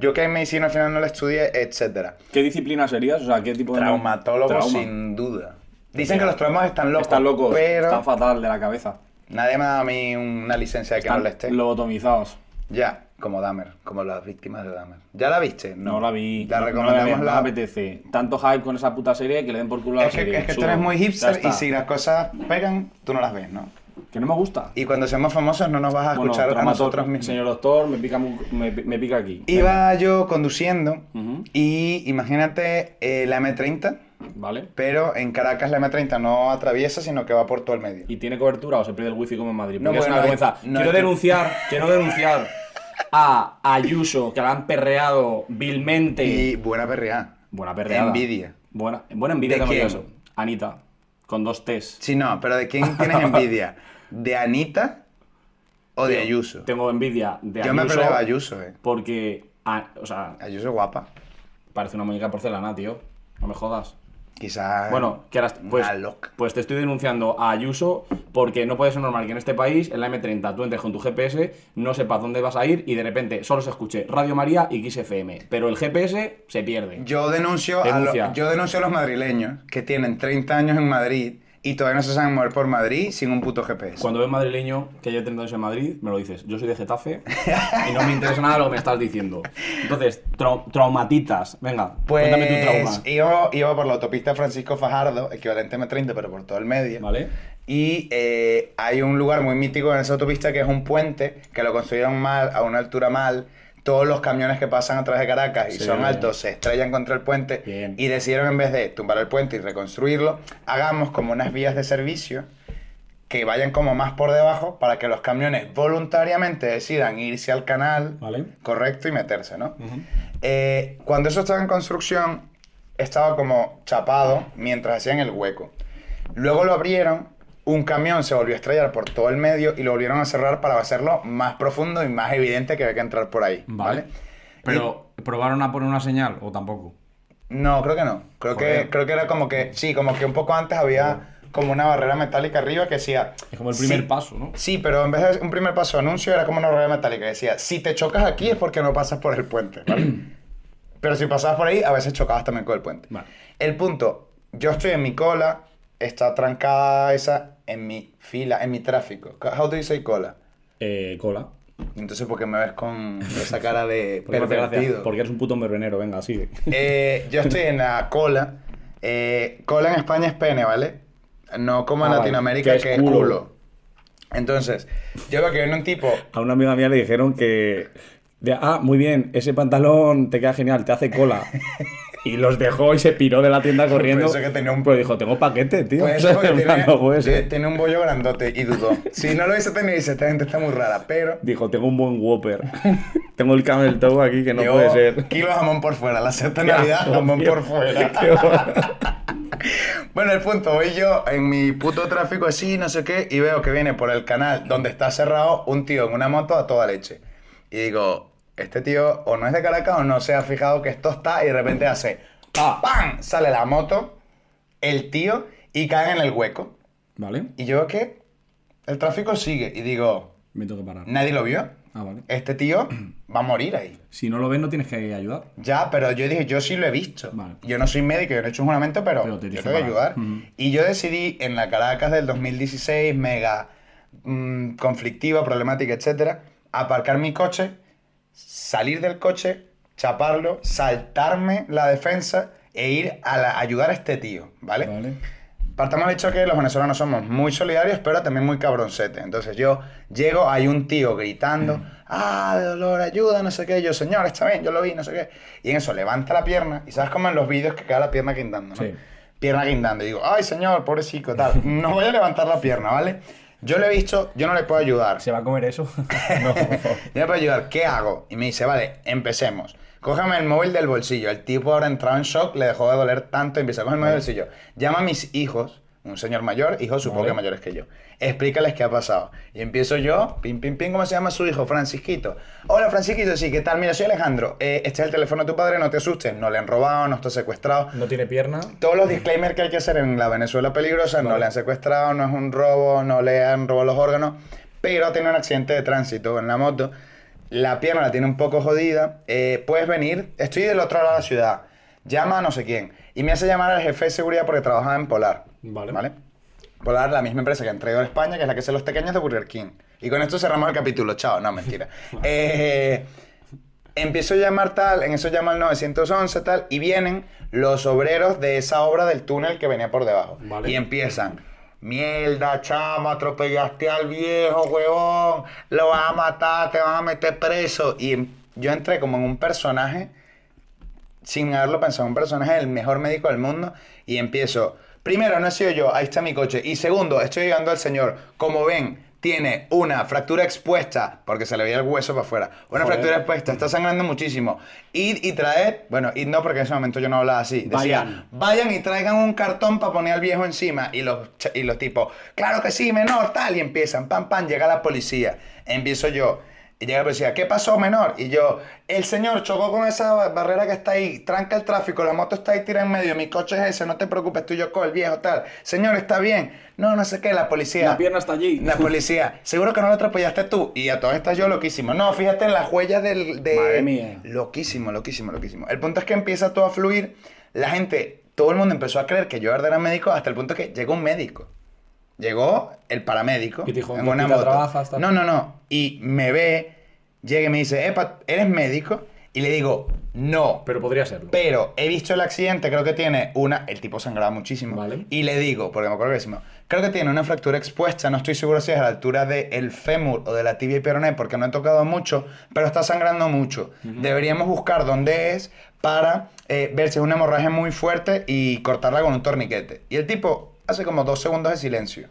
C: Yo que en medicina al final no la estudié, etcétera.
E: ¿Qué disciplina serías? O sea, ¿qué tipo de.
C: Traumatólogo
E: Trauma.
C: sin duda. Dicen que los traumas están locos,
E: Están locos,
C: pero
E: están fatal de la cabeza.
C: nadie me ha dado a mí una licencia de que no
E: Están
C: le esté.
E: lobotomizados.
C: Ya, como Dahmer, como las víctimas de Dahmer. ¿Ya la viste?
D: No la vi.
C: La
D: no-
C: recomendamos.
D: No la vi, no
C: la-
D: me apetece. Tanto hype con esa puta serie que le den por culo a la
C: Es que,
D: serie.
C: es que tú
D: Sube.
C: eres muy hipster
D: Ya está.
C: y si las cosas pegan, tú no las ves, ¿no?
D: Que no me gusta.
C: Y cuando seamos famosos no nos vas a
D: Bueno,
C: escuchar a
D: traumato-
C: nosotros mismos.
D: Señor doctor, me pica, mu- me, me pica aquí.
C: Iba yo conduciendo
D: Ujú.
C: y imagínate eh, la M30,
D: ¿Vale?
C: pero en Caracas la M30 no atraviesa, sino que va por todo el medio.
D: ¿Y tiene cobertura o se pierde el wifi como en Madrid?
C: No,
D: Porque es
C: bueno,
D: una
C: hay-
D: vergüenza.
C: no
D: Quiero
C: hay-
D: denunciar, quiero denunciar a Ayuso, que la han perreado vilmente.
C: Y buena perreada.
D: Buena perreada.
C: Envidia.
D: Buena, buena envidia
C: ¿De
D: tengo yo
C: quién?
D: eso. Anita, con dos T's.
C: Sí, no, pero ¿de quién tienes envidia? ¿De Anita o de Ayuso?
D: Tengo envidia de
C: Yo me
D: Ayuso.
C: peleo a Ayuso, eh.
D: Porque, ah, o sea,
C: Ayuso es guapa.
D: parece una muñeca de porcelana, tío. No me jodas.
C: Quizás.
D: Bueno, que ahora- pues,
C: Una loca.
D: pues te estoy denunciando a Ayuso porque no puede ser normal que en este país, en la M30, tú entres con tu GPS, no sepas dónde vas a ir y de repente solo se escuche Radio María y Kiss FM. Pero el GPS se pierde.
C: Yo denuncio, a lo-
D: Denuncia.
C: yo denuncio a los madrileños que tienen 30 años en Madrid y todavía no se saben mover por Madrid sin un puto GPS.
D: Cuando ves madrileño que haya 30 años en Madrid, me lo dices. Yo soy de Getafe y no me interesa nada lo que me estás diciendo. Entonces, trau- traumatitas. Venga, cuéntame tu
C: Pues
D: trauma.
C: iba, iba por la autopista Francisco Fajardo, equivalente a M30, pero por todo el medio.
D: ¿Vale?
C: Y eh, hay un lugar muy mítico en esa autopista que es un puente que lo construyeron mal, a una altura mal. Todos los camiones que pasan a través de Caracas y
D: Sí.
C: son altos se estrellan contra el puente
D: Bien.
C: y decidieron en vez de tumbar el puente y reconstruirlo, hagamos como unas vías de servicio que vayan como más por debajo para que los camiones voluntariamente decidan irse al canal
D: Vale.
C: correcto y meterse, ¿no? Eh, cuando eso estaba en construcción, estaba como chapado mientras hacían el hueco. Luego lo abrieron, un camión se volvió a estrellar por todo el medio y lo volvieron a cerrar para hacerlo más profundo y más evidente que había que entrar por ahí, ¿vale?
D: Vale. Pero, ¿probaron a poner una señal o tampoco?
C: No, creo que no. Creo que,
D: Joder.
C: creo que era como que, sí, como que un poco antes había como una barrera metálica arriba que decía...
D: Es como el primer
C: sí,
D: paso, ¿no?
C: Sí, pero en vez de un primer paso de anuncio era como una barrera metálica que decía, si te chocas aquí es porque no pasas por el puente, ¿vale? pero si pasabas por ahí, a veces chocabas también con el puente.
D: Vale.
C: El punto, yo estoy en mi cola, está trancada esa en mi fila, en mi tráfico. How do you say cola?
E: Eh, cola.
C: Entonces, ¿por qué me ves con esa cara de
E: Porque me hace gracia,
C: pervertido?
E: Porque eres un puto mervenero, venga, sigue.
C: Eh, yo estoy en la cola. Eh, cola en España es pene, ¿vale? No como en
E: Ah, vale.
C: Latinoamérica,
E: Que es
C: que es
E: culo.
C: culo. Entonces, yo veo que viene un tipo.
E: A una amiga mía le dijeron que. de, ah, muy bien, ese pantalón te queda genial, te hace cola. Y los dejó y se piró de la tienda corriendo.
C: Pensé que tenía un-
E: Pero dijo, tengo paquete, tío.
C: Pues eso, porque
E: En plan,
C: tiene,
E: no puede ser.
C: tiene- tiene un bollo grandote y dudó. Si no lo hubiese tenido, dice: Esta gente está muy rara, pero.
E: Dijo, tengo un buen Whopper. tengo el camel toe aquí que no
C: yo,
E: puede ser.
C: Kilo de jamón por fuera, la sexta Navidad, jamón por fuera.
E: Qué horror.
C: Bueno, el punto, voy yo en mi puto tráfico así, no sé qué, y veo que viene por el canal donde está cerrado un tío en una moto a toda leche. Y digo, este tío o no es de Caracas o no se ha fijado que esto está y de repente hace
F: Ah.
C: ¡pam! Sale la moto, el tío, y caen en el hueco.
F: Vale,
C: Y yo veo que el tráfico sigue y digo,
F: me tengo que parar.
C: nadie lo vio.
F: Ah, vale.
C: Este tío va a morir ahí.
F: Si no lo ves, no tienes que ayudar.
C: Ya, pero yo dije, yo sí lo he visto.
F: Vale. pues.
C: Yo no soy médico, yo no he hecho un juramento, pero,
F: Pero te
C: yo
F: dicen
C: tengo que
F: para.
C: ayudar.
F: Ujú.
C: Y yo decidí en la Caracas del 2016, mega mm, conflictiva, problemática, etcétera, aparcar mi coche, salir del coche, chaparlo, saltarme la defensa e ir a la- ayudar a este tío, ¿vale?
F: Vale.
C: Partamos del hecho que los venezolanos somos muy solidarios, pero también muy cabroncetes. Entonces yo llego, hay un tío gritando, ah, de dolor, ayuda, no sé qué. Yo, señor, está bien, yo lo vi, no sé qué. Y en eso levanta la pierna, y sabes cómo en los vídeos que queda la pierna guindando, ¿no?
F: Sí.
C: Pierna guindando. Y digo, ay, señor, pobrecito, tal. No voy a levantar la pierna, ¿vale? Yo lo he visto, yo no le puedo ayudar.
E: ¿Se va a comer eso? no, por favor.
C: Yo le puedo ayudar, ¿qué hago? Y me dice, vale, empecemos. Cógeme el móvil del bolsillo. El tipo ahora entrado en shock, le dejó de doler tanto, empieza a coger el móvil del bolsillo. Llama a mis hijos, un señor mayor, hijos supongo que mayores que yo. Explícales qué ha pasado. Y empiezo yo, pim, pim, pim, ¿cómo se llama su hijo? Francisquito. Hola, Francisquito, sí, ¿qué tal? Mira, soy Alejandro. Eh, este es el teléfono de tu padre, no te asustes. No le han robado, no está secuestrado.
E: No tiene pierna.
C: Todos los disclaimers que hay que hacer en la Venezuela peligrosa, no le han secuestrado, no es un robo, no le han robado los órganos, pero ha tenido un accidente de tránsito en la moto, la pierna la tiene un poco jodida, eh, puedes venir, estoy del otro lado de la ciudad, llama a no sé quién, y me hace llamar al jefe de seguridad porque trabajaba en Polar,
E: Vale.
C: ¿vale? Polar, la misma empresa que ha entregado a España, que es la que hace los pequeños de Burger King. Y con esto cerramos el capítulo, chao, no, mentira. eh... Empiezo a llamar tal, en eso llama el 911 tal, y vienen los obreros de esa obra del túnel que venía por debajo.
E: Vale.
C: Y empiezan, mierda, chama, atropellaste al viejo, huevón, lo vas a matar, te van a meter preso. Y em- yo entré como en un personaje, sin haberlo pensado, un personaje del mejor médico del mundo, y empiezo, primero, no he sido yo, ahí está mi coche, y segundo, estoy llegando al señor, como ven, tiene una fractura expuesta, porque se le veía el hueso para afuera, una fractura expuesta, está sangrando muchísimo, id y traed, bueno, id no, porque en ese momento yo no hablaba así, decía,
F: Vayan.
C: vayan y traigan un cartón para poner al viejo encima, y los, cha- y los tipos, claro que sí, menor, tal, y empiezan, pam, pam, llega la policía, empiezo yo, y llega la policía, ¿qué pasó, menor? Y yo, el señor chocó con esa ba- barrera que está ahí, tranca el tráfico, la moto está ahí tira en medio, mi coche es ese, no te preocupes, tú y yo con el viejo, tal. Señor, está bien. No, no sé qué, la policía.
D: La pierna está allí.
C: La policía, seguro que no lo atropellaste tú. Y a todas estas yo loquísimo. No, fíjate en las huellas del. De...
D: Madre mía.
C: Loquísimo, loquísimo, loquísimo. El punto es que empieza todo a fluir. La gente, todo el mundo empezó a creer que yo era médico hasta el punto que llegó un médico. Llegó el paramédico.
E: Y te dijo,
C: en
E: "Tú
C: una
E: quita
C: moto.
E: trabajas, tal".
C: No, no, no. Y me ve, llega y me dice, Epa, ¿eres médico? Y le digo, no.
E: Pero podría serlo.
C: Pero he visto el accidente, creo que tiene una. El tipo sangraba muchísimo.
E: Vale.
C: Y le digo, porque me acuerdo que decimos, creo que tiene una fractura expuesta, no estoy seguro si es a la altura del fémur o de la tibia y peroné, porque no he tocado mucho, pero está sangrando mucho. Deberíamos buscar dónde es para eh, ver si es una hemorragia muy fuerte y cortarla con un torniquete. Y el tipo hace como dos segundos de silencio.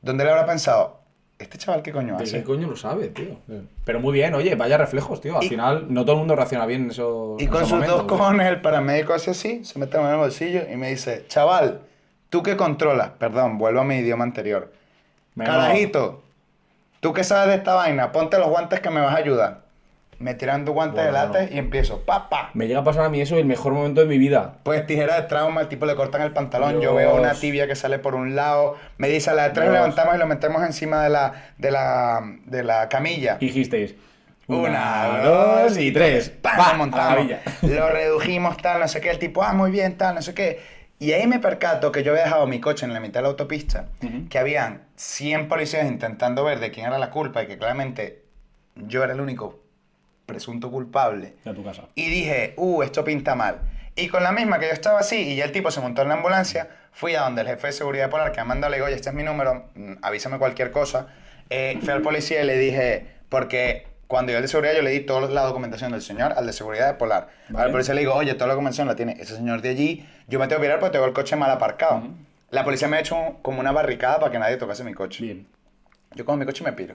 C: Donde le habrá pensado, este chaval, ¿qué coño
F: ¿De
C: hace?
F: qué coño lo sabe, tío? Pero muy bien, oye, vaya reflejos, tío. Al
C: Y-
F: final, no todo el mundo reacciona bien en esos
C: Y
F: en
C: con
F: esos
C: sus dos
F: momentos, tío.
C: cojones, el paramédico hace así, se mete la mano en el bolsillo y me dice, chaval, tú que controlas, perdón, vuelvo a mi idioma anterior.
F: Menos-
C: Carajito, tú que sabes de esta vaina, ponte los guantes que me vas a ayudar. Me tiran dos guantes de
F: Bueno,
C: látex y empiezo, papá.
F: Me llega a pasar a mí eso el mejor momento de mi vida.
C: Pues tijera de trauma, al tipo le cortan el pantalón, yo
F: Dios.
C: veo una tibia que sale por un lado, me dice a la de tres
F: Dios.
C: levantamos y lo metemos encima de la, de la, de la camilla.
F: Y dijisteis.
C: Una, dos y tres. ¡Pam!
F: ¡Pa!
C: Lo montamos.
F: Maravilla.
C: Lo redujimos, tal, no sé qué. El tipo, ah, muy bien, tal, no sé qué. Y ahí me percato que yo había dejado mi coche en la mitad de la autopista, que habían 100 policías intentando ver de quién era la culpa y que claramente yo era el único presunto culpable.
F: Y a tu casa.
C: Y dije, uh, esto pinta mal. Y con la misma que yo estaba así, y ya el tipo se montó en la ambulancia, fui a donde el jefe de seguridad polar, que Amanda le digo, oye, este es mi número, mm, avísame cualquier cosa. Eh, fui al policía y le dije, porque cuando yo al de seguridad, yo le di toda la documentación del señor al de seguridad de polar. Al policía le digo, oye, toda la documentación la tiene ese señor de allí, yo me tengo que virar porque tengo el coche mal aparcado. La policía me ha hecho un- como una barricada para que nadie tocase mi coche.
F: Bien.
C: Yo cojo mi coche y me piro.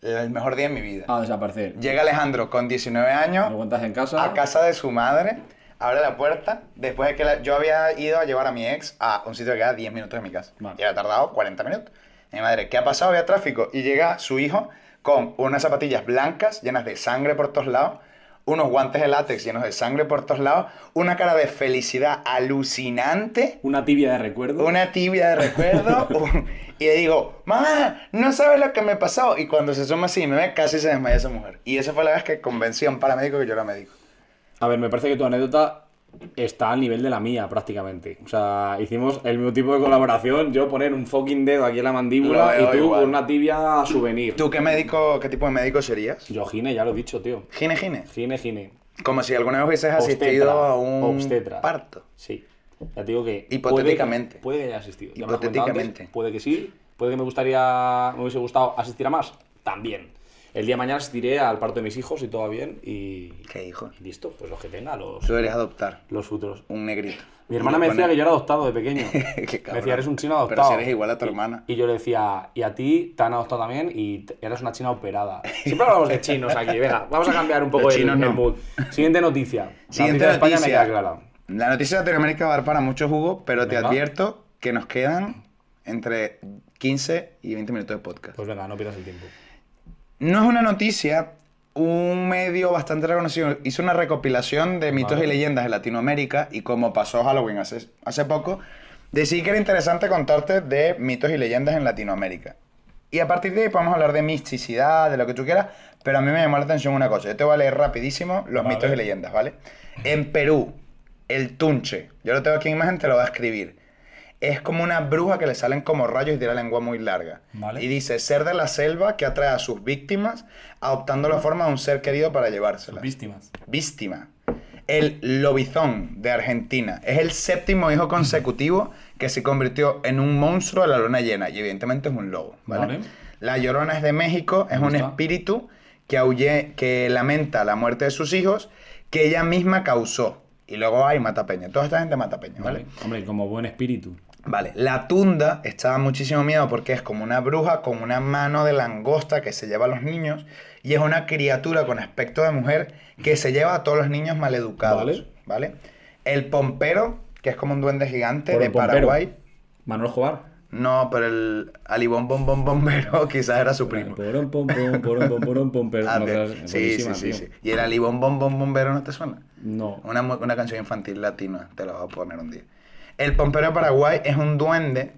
C: El mejor
E: Ah.
C: día de mi vida.
D: A desaparecer.
C: Llega Alejandro con 19 años
D: Lo cuentas en casa.
C: a casa de su madre abre la puerta, después de que la- yo había ido a llevar a mi ex a un sitio que queda 10 minutos de mi casa.
F: Vale.
C: Y había tardado 40 minutos. Mi madre, ¿qué ha pasado? Había tráfico. Y llega su hijo con unas zapatillas blancas llenas de sangre por todos lados, unos guantes de látex llenos de sangre por todos lados, una cara de felicidad alucinante.
F: Una tibia de recuerdo.
C: Una tibia de recuerdo. un- y le digo, mamá, no sabes lo que me pasó. Y cuando se suma así, me ve, casi se desmaya esa mujer. Y esa fue la vez que convencí a un paramédico que yo era médico.
E: A ver, me parece que tu anécdota está al nivel de la mía prácticamente. O sea, hicimos el mismo tipo de colaboración, yo poner un fucking dedo aquí en la mandíbula
C: Lo
E: y
C: veo
E: tú
C: igual.
E: con una tibia souvenir.
C: ¿Tú qué médico, qué tipo de médico serías?
E: Yo gine, ya lo he dicho, tío.
C: Gine, gine.
E: Gine, gine.
C: Como si alguna vez hubieses asistido
E: Obstetra,
C: a un
E: obstetra.
C: parto.
E: Sí. Ya te digo que.
C: Hipotéticamente.
E: Puede que, puede que haya asistido. Ya me lo has
C: Hipotéticamente.
E: comentado antes, puede que sí. Puede que me gustaría. Me hubiese gustado asistir a más. También. El día de mañana asistiré al parto de mis hijos, si todo va bien. Y.
C: ¿Qué hijo?
E: y listo, pues los que tenga, los,
C: Tú deberías adoptar
E: los futuros.
C: un negrito.
E: Mi hermana me decía que yo era adoptado de pequeño.
C: Qué
E: me
C: cabrón.
E: decía, eres un chino adoptado.
C: Pero si eres igual a tu hermana.
E: Y yo le decía, y a ti te han adoptado también y t- eres una china operada. Siempre hablamos de chinos aquí, venga, vamos a cambiar un poco
C: Los
E: el,
C: chinos
E: el
C: no.
E: mood. Siguiente noticia. La
C: Siguiente
E: de España me
C: noticia.
E: queda clara.
C: La noticia de Latinoamérica va a dar para mucho jugo, pero te
E: Venga.
C: advierto que nos quedan entre 15 y 20 minutos de podcast.
E: Pues venga, no pierdas el tiempo.
C: No es una noticia. Un medio bastante reconocido hizo una recopilación de mitos y leyendas de Latinoamérica y como pasó Halloween hace, hace poco, decidí que era interesante contarte de mitos y leyendas en Latinoamérica. Y a partir de ahí podemos hablar de misticidad, de lo que tú quieras, pero a mí me llamó la atención una cosa. Yo te voy a leer rapidísimo los mitos y leyendas, ¿vale? En Perú, el tunche, yo lo tengo aquí en imagen, te lo voy a escribir. Es como una bruja que le salen como rayos y tiene la lengua muy larga.
F: Vale.
C: Y dice, ser de la selva que atrae a sus víctimas, adoptando la forma de un ser querido para llevársela.
F: víctimas.
C: Víctima. El lobizón de Argentina. Es el séptimo hijo consecutivo que se convirtió en un monstruo de la luna llena. Y evidentemente es un lobo. ¿vale?
F: Vale.
C: La llorona es de México. Es
F: Me
C: un
F: gusta.
C: espíritu que, aulle- que lamenta la muerte de sus hijos que ella misma causó. Y luego hay Matapeña. Toda esta gente Matapeña, ¿vale?
F: Vale. Hombre, como buen espíritu.
C: Vale, la tunda estaba muchísimo miedo porque es como una bruja con una mano de langosta que se lleva a los niños y es una criatura con aspecto de mujer que se lleva a todos los niños maleducados. Vale.
F: Vale.
C: El pompero, que es como un duende gigante
F: Por
C: de
F: el pompero.
C: Paraguay.
F: Manuel Jobar.
C: No, pero el alibón bom bom bombero quizás era su primo.
F: Porón, pom, pom, porón, pom, porón, pom, pero
C: Ah,
F: no
C: bien.
F: te das-
C: sí, sí,
F: buenísima,
C: sí,
F: tío.
C: sí. ¿Y el alibón bom bom bombero no te suena?
F: No.
C: Una, mu- una canción infantil latina, te la voy a poner un día. El pompero de Paraguay es un duende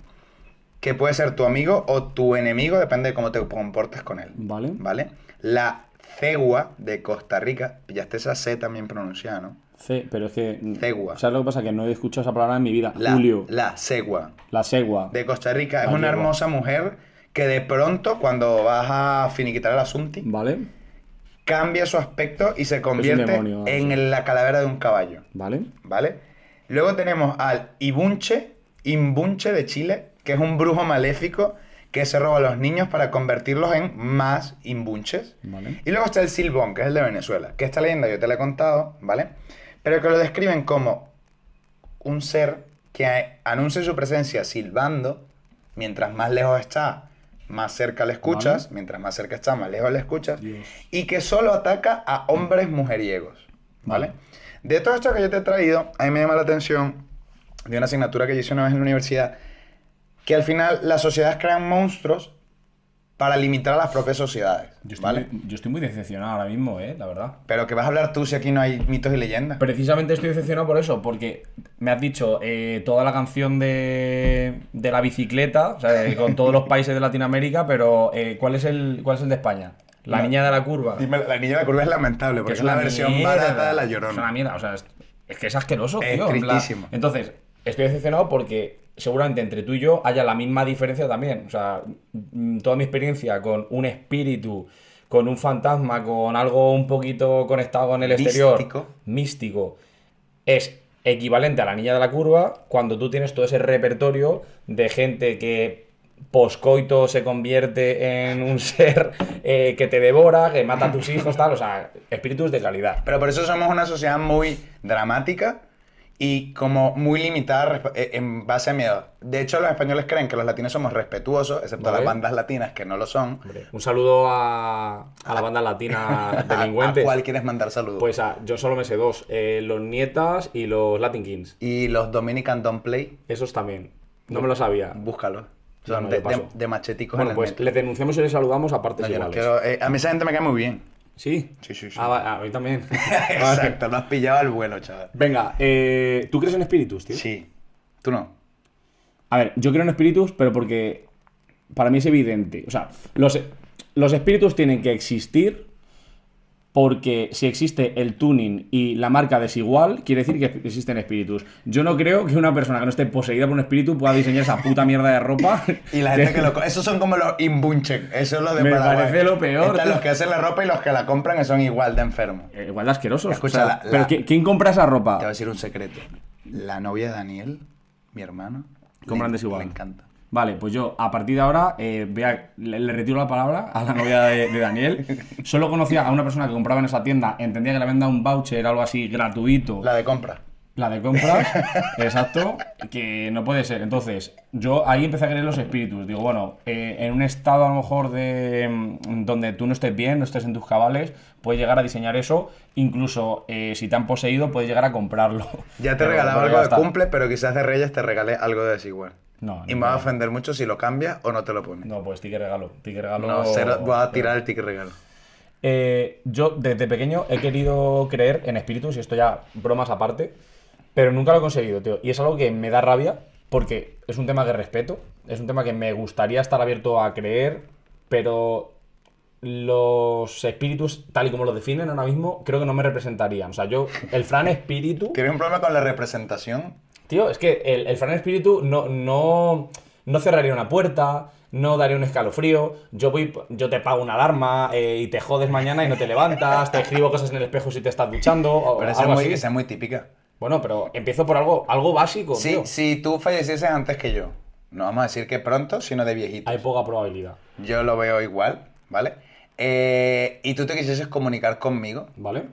C: que puede ser tu amigo o tu enemigo, depende de cómo te comportes con él.
F: Vale.
C: ¿Vale? La cegua de Costa Rica, pillaste esa C también pronunciada, ¿no?
F: Ce- pero es que. mm,
C: Cegua.
F: ¿Sabes lo que pasa? Que no he escuchado esa palabra en mi vida.
C: La,
F: Julio.
C: La cegua
F: La segua.
C: de Costa Rica es
F: La
C: una
F: yegua.
C: hermosa mujer que de pronto, cuando vas a finiquitar el asunto,
F: Vale.
C: cambia su aspecto y se convierte
F: demonio, vamos.
C: en la calavera de un caballo.
F: Vale.
C: ¿vale? Luego tenemos al Ibunche, Imbunche de Chile, que es un brujo maléfico que se roba a los niños para convertirlos en más Imbunches.
F: Vale.
C: Y luego está el Silbón, que es el de Venezuela, que esta leyenda yo te la he contado, ¿vale? Pero que lo describen como un ser que a- anuncia su presencia silbando, mientras más lejos está, más cerca le escuchas, mientras más cerca está, más lejos le escuchas, y que solo ataca a hombres mujeriegos, ¿vale? De todo esto que yo te he traído, a mí me llama la atención de una asignatura que yo hice una vez en la universidad, que al final las sociedades crean monstruos para limitar a las propias sociedades,
F: Yo estoy,
C: ¿vale?
F: muy, yo estoy muy decepcionado ahora mismo, eh, la verdad.
C: Pero que vas a hablar tú si aquí no hay mitos y leyendas.
F: Precisamente estoy decepcionado por eso, porque me has dicho eh, toda la canción de, de la bicicleta, o sea, eh, con todos los países de Latinoamérica, pero eh, ¿cuál, es el, ¿cuál es el de España? La niña de la curva.
C: Dime, la niña de la curva es lamentable,
F: que
C: porque es una versión
F: mierda.
C: barata de la
F: Es una
C: llorona.
F: mierda, o sea, es, es que es asqueroso,
C: Es
F: tío. en plan-
C: tristísimo.
F: Entonces, estoy decepcionado porque seguramente entre tú y yo haya la misma diferencia también. O sea, mm, toda mi experiencia con un espíritu, con un fantasma, con algo un poquito conectado con el
C: Místico.
F: exterior, místico, es equivalente a la niña de la curva cuando tú tienes todo ese repertorio de gente que poscoito se convierte en un ser eh, que te devora, que mata a tus hijos, tal, o sea, espíritus de calidad.
C: Pero por eso somos una sociedad muy dramática y como muy limitada resp- eh, en base a mi edad. De hecho, los españoles creen que los latinos somos respetuosos, excepto
E: Vale.
C: las bandas latinas que no lo son.
E: Hombre, Un saludo a, a la banda latina
C: ¿A-
E: delincuente.
C: ¿A cuál quieres mandar saludos?
E: Pues ah, yo solo me sé dos, eh, los Nietas y los Latin Kings.
C: y los Dominican Don't Play,
E: Esos también. No me lo sabía.
C: búscalos.
E: No,
C: Son
E: no,
C: de,
E: yo paso.
C: de- de macheticos
E: Bueno,
C: en el
E: pues
C: metro.
E: les denunciamos y les saludamos a partes
C: No, yo no
E: iguales.
C: quiero- eh, a mí esa gente me cae muy bien.
E: ¿Sí?
C: Sí, sí, sí.
E: Ah, va- a mí también.
C: Exacto, lo has pillado al vuelo, chaval.
D: Venga, eh, ¿tú crees en espíritus, tío?
C: Sí. Tú no.
D: A ver, yo creo en espíritus, pero porque para mí es evidente. O sea, los, los espíritus tienen que existir porque si existe el tuning y la marca desigual, quiere decir que existen espíritus. Yo no creo que una persona que no esté poseída por un espíritu pueda diseñar esa puta mierda de ropa.
C: Y la gente que lo co- Esos son como los imbunchen. Eso es lo de
D: Me
C: Paraguay.
D: parece lo peor.
C: Están los que hacen la ropa y los que la compran que son igual de
E: Ah.
C: enfermos.
D: Eh, Igual de asquerosos.
C: Escucha,
D: o sea,
C: la- la-
D: Pero ¿qui- ¿quién compra esa
C: Te voy a
D: ropa?
C: decir un secreto. La novia de Daniel, mi hermano.
D: Compran
C: le-
D: desigual.
C: Le encanta.
D: Vale, pues yo a partir de ahora eh, voy a- le, le retiro la palabra a la novia de, de Daniel. Solo conocía a una persona que compraba en esa tienda, entendía que le habían dado un voucher, algo así gratuito.
C: La de compra.
D: La de compras, exacto, que no puede ser. Entonces, yo ahí empecé a creer en los espíritus. Digo, bueno, eh, en un estado a lo mejor de mm, donde tú no estés bien, no estés en tus cabales, puedes llegar a diseñar eso. Incluso eh, si te han poseído, puedes llegar a comprarlo.
C: Ya te
D: Pero-
C: regalaba
D: pero
C: algo
D: ya
C: de
D: está.
C: cumple, pero quizás de Reyes te regalé algo de desigual.
D: No, no
C: y me va a
D: creo.
C: ofender mucho si lo cambias o no te lo pones.
D: No, pues ti que regalo, ti que regalo.
C: No, cero- voy a tirar el ticket regalo.
E: Eh, yo desde pequeño he querido creer en espíritus, y esto ya bromas aparte, pero nunca lo he conseguido, tío. Y es algo que me da rabia porque es un tema que respeto, es un tema que me gustaría estar abierto a creer, pero los espíritus, tal y como los definen ahora mismo, creo que no me representarían. O sea, yo, el Fran espíritu...
C: ¿Tienes un problema con la representación?
E: Tío, es que el, el Fran Espíritu no, no, no cerraría una puerta, no daría un escalofrío. Yo voy, yo te pago una alarma eh, y te jodes mañana y no te levantas, te escribo cosas en el espejo si te estás duchando. O,
C: Pero esa es,
E: Oh, algo
C: muy,
E: así.
C: esa es muy típica.
E: Bueno, pero empiezo por algo, algo básico,
C: Sí,
E: tío.
C: si tú fallecieses antes que yo, no vamos a decir que pronto, sino de viejito.
E: Hay poca probabilidad,
C: Yo lo veo igual, ¿vale? Eh, y tú te quisieses comunicar conmigo,
E: ¿vale?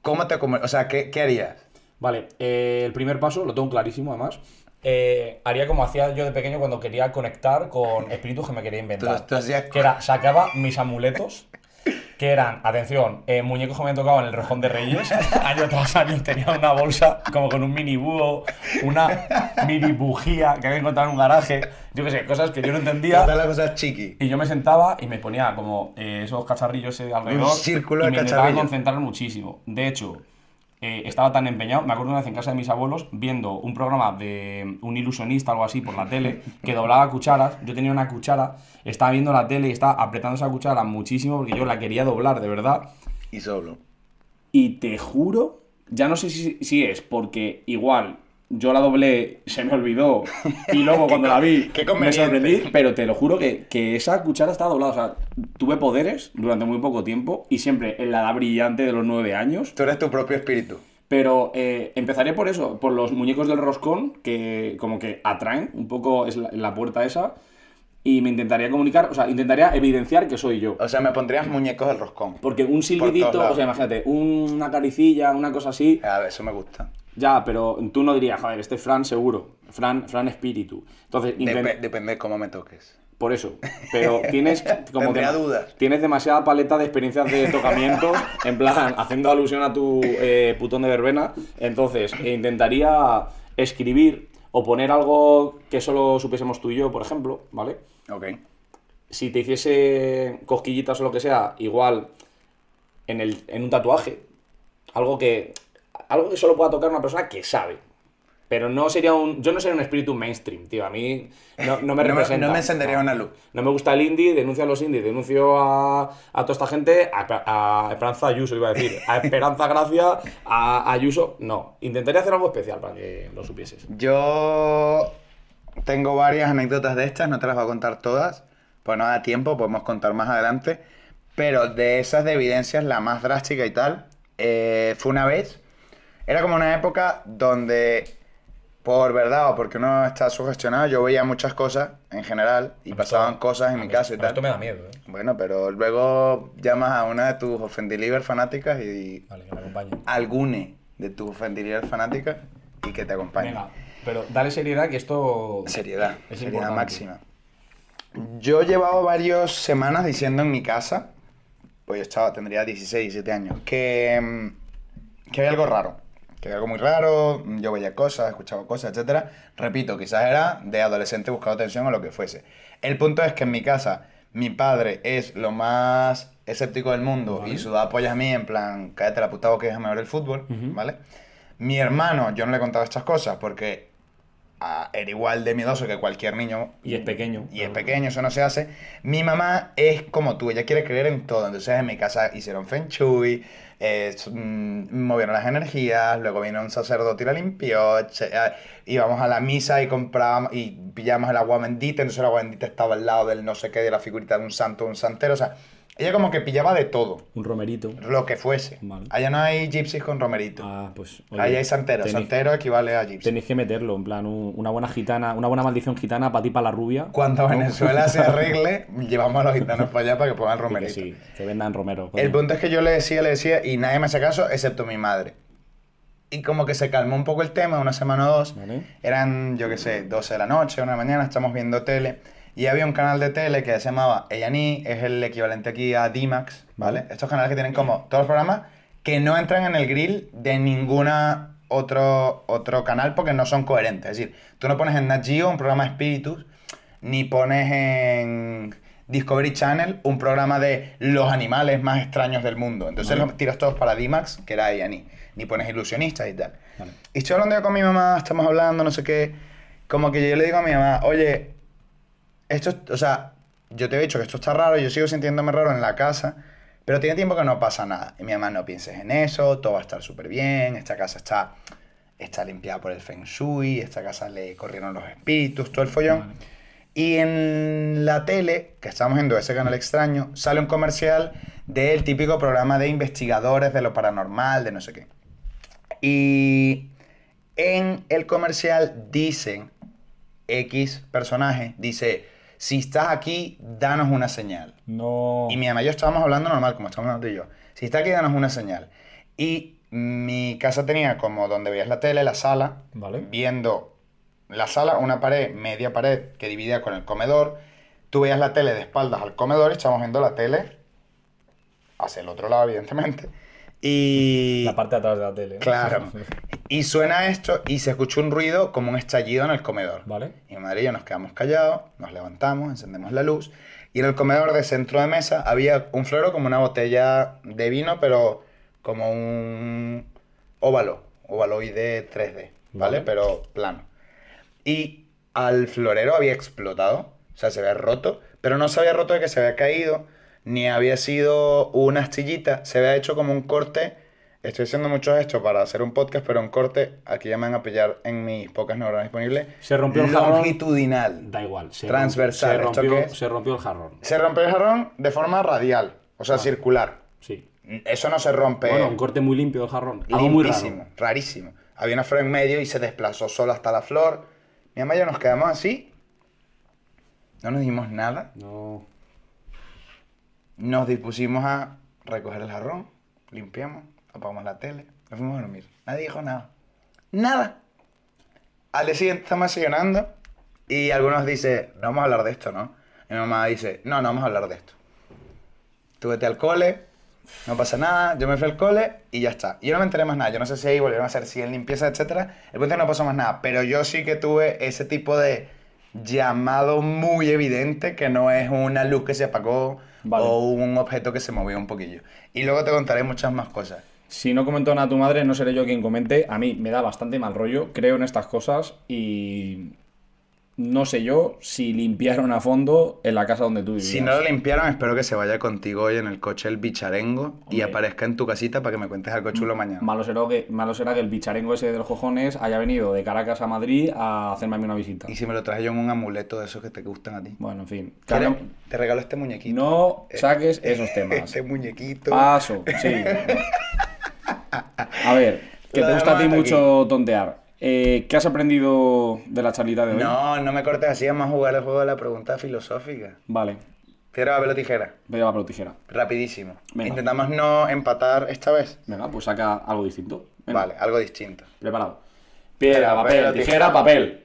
C: ¿cómo te comunicas? O sea, ¿qué, qué harías?
E: Vale, eh, el primer paso, lo tengo clarísimo además. eh, haría como hacía yo de pequeño cuando quería conectar con espíritus que me quería
C: Tú,
E: inventar.
C: tú hacías-
E: que era, sacaba mis amuletos, que eran, atención, eh, muñecos que me han tocado en el rejón de Reyes. Año tras año tenía una bolsa como con un mini búho, una mini bujía que había encontrado en un garaje, yo qué sé, cosas que yo no entendía.
C: Todas las cosas chiqui.
E: Y yo me sentaba y me ponía como eh, esos cacharrillos eh, alrededor.
C: Un círculo de
E: y me intentaba
C: cacharrillos.
E: concentrar muchísimo. De hecho, eh, estaba tan empeñado. Me acuerdo una vez en casa de mis abuelos viendo un programa de un ilusionista, algo así, por la tele, que doblaba cucharas. Yo tenía una cuchara, estaba viendo la tele y estaba apretando esa cuchara muchísimo porque yo la quería doblar, de verdad.
C: Y solo.
D: Y te juro, ya no sé si, si es porque igual yo la doblé, se me olvidó, y luego cuando la vi
C: qué
D: me
C: conveniente.
D: sorprendí, pero te lo juro que, que esa cuchara estaba doblada. O sea, tuve poderes durante muy poco tiempo y siempre en la edad brillante de los nueve años.
C: Tú eres tu propio espíritu.
D: Pero eh, empezaré por eso, por los muñecos del roscón, que como que atraen un poco es la, la puerta esa, y me intentaría comunicar, o sea, intentaría evidenciar que soy yo.
C: O sea, me pondrías muñecos del roscón.
D: Porque un
C: todos
D: silbidito,
C: lados.
D: o sea, imagínate, una caricilla, una cosa así,
C: A ver, Ah, eso me gusta.
D: ya, pero tú no dirías, joder, este es Fran seguro, Fran, Fran espíritu. Entonces,
C: Dep-
D: intent-
C: depende de cómo me toques.
D: por eso, pero tienes como
C: Tendría
D: dema-
C: dudas.
D: tienes demasiada paleta de experiencias de tocamiento, en plan, haciendo alusión a tu eh, putón de verbena, entonces eh, intentaría escribir o poner algo que solo supiésemos tú y yo, por ejemplo, ¿vale?
C: Ok.
D: si te hiciese cosquillitas o lo que sea, igual en, el, en un tatuaje. Algo que, algo que solo pueda tocar una persona que sabe. Pero no sería un. Yo no sería un espíritu mainstream, tío. A mí no, no me
C: No me-
D: representa.
C: no me encendería una luz.
D: No me gusta el indie, denuncio a los indies, denuncio a, a toda esta gente, a, a Esperanza Ayuso, iba a decir. A Esperanza Gracia, a Ayuso. No. Intentaría hacer algo especial para que lo supieses.
C: Yo tengo varias anécdotas de estas, no te las voy a contar todas, pues no da tiempo, podemos contar más adelante. Pero de esas de evidencias, la más drástica y tal, eh, fue una vez. Era como una época donde, por verdad o porque uno está sugestionado, yo veía muchas cosas en general y pasaban cosas en mi casa y
E: Pero
C: tal.
E: esto me da miedo, ¿eh?
C: Bueno, pero luego llamas a una de tus ofendiliver fanáticas y
E: Vale, que me acompañe.
C: algune de tus Fendilier fanáticas y que te acompañe.
E: Venga, pero dale seriedad que esto.
C: Seriedad,
E: Es
C: seriedad
E: importante.
C: máxima. Yo llevaba varias semanas diciendo en mi casa, pues yo estaba, tendría 16, 17 años, que, mm, que había algo raro. Que había algo muy raro, mm, yo veía cosas, escuchaba cosas, etcétera. Repito, quizás era de adolescente buscando atención o lo que fuese. El punto es que en mi casa, mi padre es lo más escéptico del mundo y su da pollas a mí en plan, cállate la puta boca que es mejor el fútbol, ¿vale? Mi hermano, yo no le he contado estas cosas porque ah, era igual de miedoso que cualquier niño
F: Y es pequeño.
E: Ah.
C: y es pequeño, eso no se hace. Mi mamá es como tú, ella quiere creer en todo. Entonces en mi casa hicieron feng shui, eh, s- mm, movieron las energías, luego vino un sacerdote y la limpió. etc. íbamos a la misa y comprábamos y pillamos el agua bendita. Entonces el agua bendita estaba al lado del no sé qué, de la figurita de un santo, un santero. O sea, ella como que pillaba de todo,
F: Un romerito.
C: lo que fuese.
F: Vale.
C: Allá no hay gypsies con romerito.
F: Ah, pues. oye,
C: Allá hay santero.
F: tenéis-
C: Santero equivale a gypsy.
F: Tenéis que meterlo, en plan, un- una buena gitana, una buena maldición gitana para ti, para la rubia.
C: Cuando Venezuela se arregle, llevamos a los gitanos para allá para que
F: Y
C: pongan
F: que
C: romerito.
F: sí, que vendan romero. coño.
C: El punto es que yo le decía, le decía, y nadie me hacía caso, excepto mi madre. Y como que se calmó un poco el tema, una semana o dos.
F: Vale.
C: Eran, yo qué sé, 12 de la noche, una de la mañana, estamos viendo tele. Y había un canal de tele que se llamaba Eyaní, es el equivalente aquí a D-Max, ¿vale? Estos canales que tienen como todos los programas que no entran en el grill de ninguna otro, otro canal porque no son coherentes. Es decir, tú no pones en Nat Geo un programa de espíritus, ni pones en Discovery Channel un programa de los animales más extraños del mundo. Entonces los tiras todos para D-Max, que era Eyaní. Ni pones ilusionistas y tal. Y estoy hablando yo con mi mamá, estamos hablando, no sé qué. Como que yo le digo a mi mamá, oye, esto, es- o sea, yo te he dicho que esto está raro, yo sigo sintiéndome raro en la casa, pero tiene tiempo que no pasa nada. Y mi mamá, no pienses en eso, todo va a estar súper bien, esta casa está, está limpiada por el Feng Shui, esta casa le corrieron los espíritus, todo el follón. Y en la tele, que estamos viendo ese canal extraño, sale un comercial del típico programa de investigadores de lo paranormal, de no sé qué. Y en el comercial dicen X personaje dice, si estás aquí, danos una señal.
E: No.
C: Y mi mamá y yo estábamos hablando normal, como estamos hablando tú y yo. Si estás aquí, danos una señal. Y mi casa tenía como donde veías la tele, la sala,
E: Vale.
C: viendo la sala, una pared, media pared que dividía con el comedor. Tú veías la tele de espaldas al comedor y estábamos viendo la tele hacia el otro lado, evidentemente. Y...
E: La parte de atrás de la
F: ¿eh?
E: tele. ¿no?
C: Claro. Y suena esto y se escuchó un ruido como un estallido en el comedor.
E: Vale.
C: Y mi madre y yo nos quedamos callados, nos levantamos, encendemos la luz. Y en el comedor de centro de mesa había un floro como una botella de vino, pero como un óvalo, ovaloide 3D, ¿vale? Pero plano. Y al florero había explotado, o sea, se había roto, pero no se había roto de que se había caído, ni había sido una astillita, se había hecho como un corte. Estoy haciendo mucho esto para hacer un podcast, pero un corte, aquí ya me van a pillar en mis pocas neuronas disponibles.
F: Se rompió el jarrón.
C: Longitudinal.
F: Da igual. se
C: Transversal,
F: romp-
C: ¿esto
F: Se
C: qué
F: rompió,
C: es?
F: se rompió el jarrón.
C: Se rompió el jarrón de forma radial, o sea, circular.
F: Sí.
C: Eso no se rompe.
F: Ah. Bueno, un corte muy limpio del jarrón. Algo muy
C: Limpísimo,
F: raro.
C: rarísimo. Había una flor en medio y se desplazó solo hasta la flor. Mi mamá y yo nos quedamos así. No nos dimos nada.
F: No.
C: Nos dispusimos a recoger el jarrón, limpiamos, apagamos la tele, nos fuimos a dormir. Nadie dijo nada. Nada. Al día siguiente estamos desayunando y algunos dicen, no vamos a hablar de esto, ¿no? Y mi mamá dice, no, no vamos a hablar de esto. Tú vete al cole, no pasa nada, yo me fui al cole y ya está. Y yo no me enteré más nada, yo no sé si ahí volvieron a hacer si en limpieza, etcétera. El punto es que no pasó más nada, pero yo sí que tuve ese tipo de llamado muy evidente que no es una luz que se apagó
E: Vale.
C: o un objeto que se movió un poquillo. Y luego te contaré muchas más cosas.
E: Si no comentó nada tu madre, no seré yo quien comente. A mí me da bastante mal rollo, creo en estas cosas y no sé yo si limpiaron a fondo en la casa donde tú vivías.
C: Si no lo limpiaron, espero que se vaya contigo hoy en el coche el bicharengo y aparezca en tu casita para que me cuentes algo chulo mañana.
E: Malo será, que, malo será que el bicharengo ese de los cojones haya venido de Caracas a Madrid a hacerme a mí una visita.
C: Y si me lo traje yo en un amuleto de esos que te gustan a ti.
E: Bueno, en fin.
C: ¿Quieres?
E: Carlos,
C: Te regalo este muñequito.
E: no Ah, saques esos temas.
C: Este muñequito.
E: Paso, sí. A ver, que
C: La
E: te gusta a ti
C: demanda
E: mucho tontear. Eh, ¿Qué has aprendido de la charlita de hoy?
C: No, no me cortes así, vamos a jugar el juego de la pregunta filosófica.
E: Vale,
C: Piedra, papel o tijera.
E: voy a llevar por tijera.
C: Rapidísimo.
E: Venga.
C: Intentamos no empatar esta vez.
E: Venga, pues saca algo distinto. Venga,
C: Vale, algo distinto.
E: Preparado.
D: Piedra, papel,
C: Papel o
D: tijera,
C: tijera.
D: papel.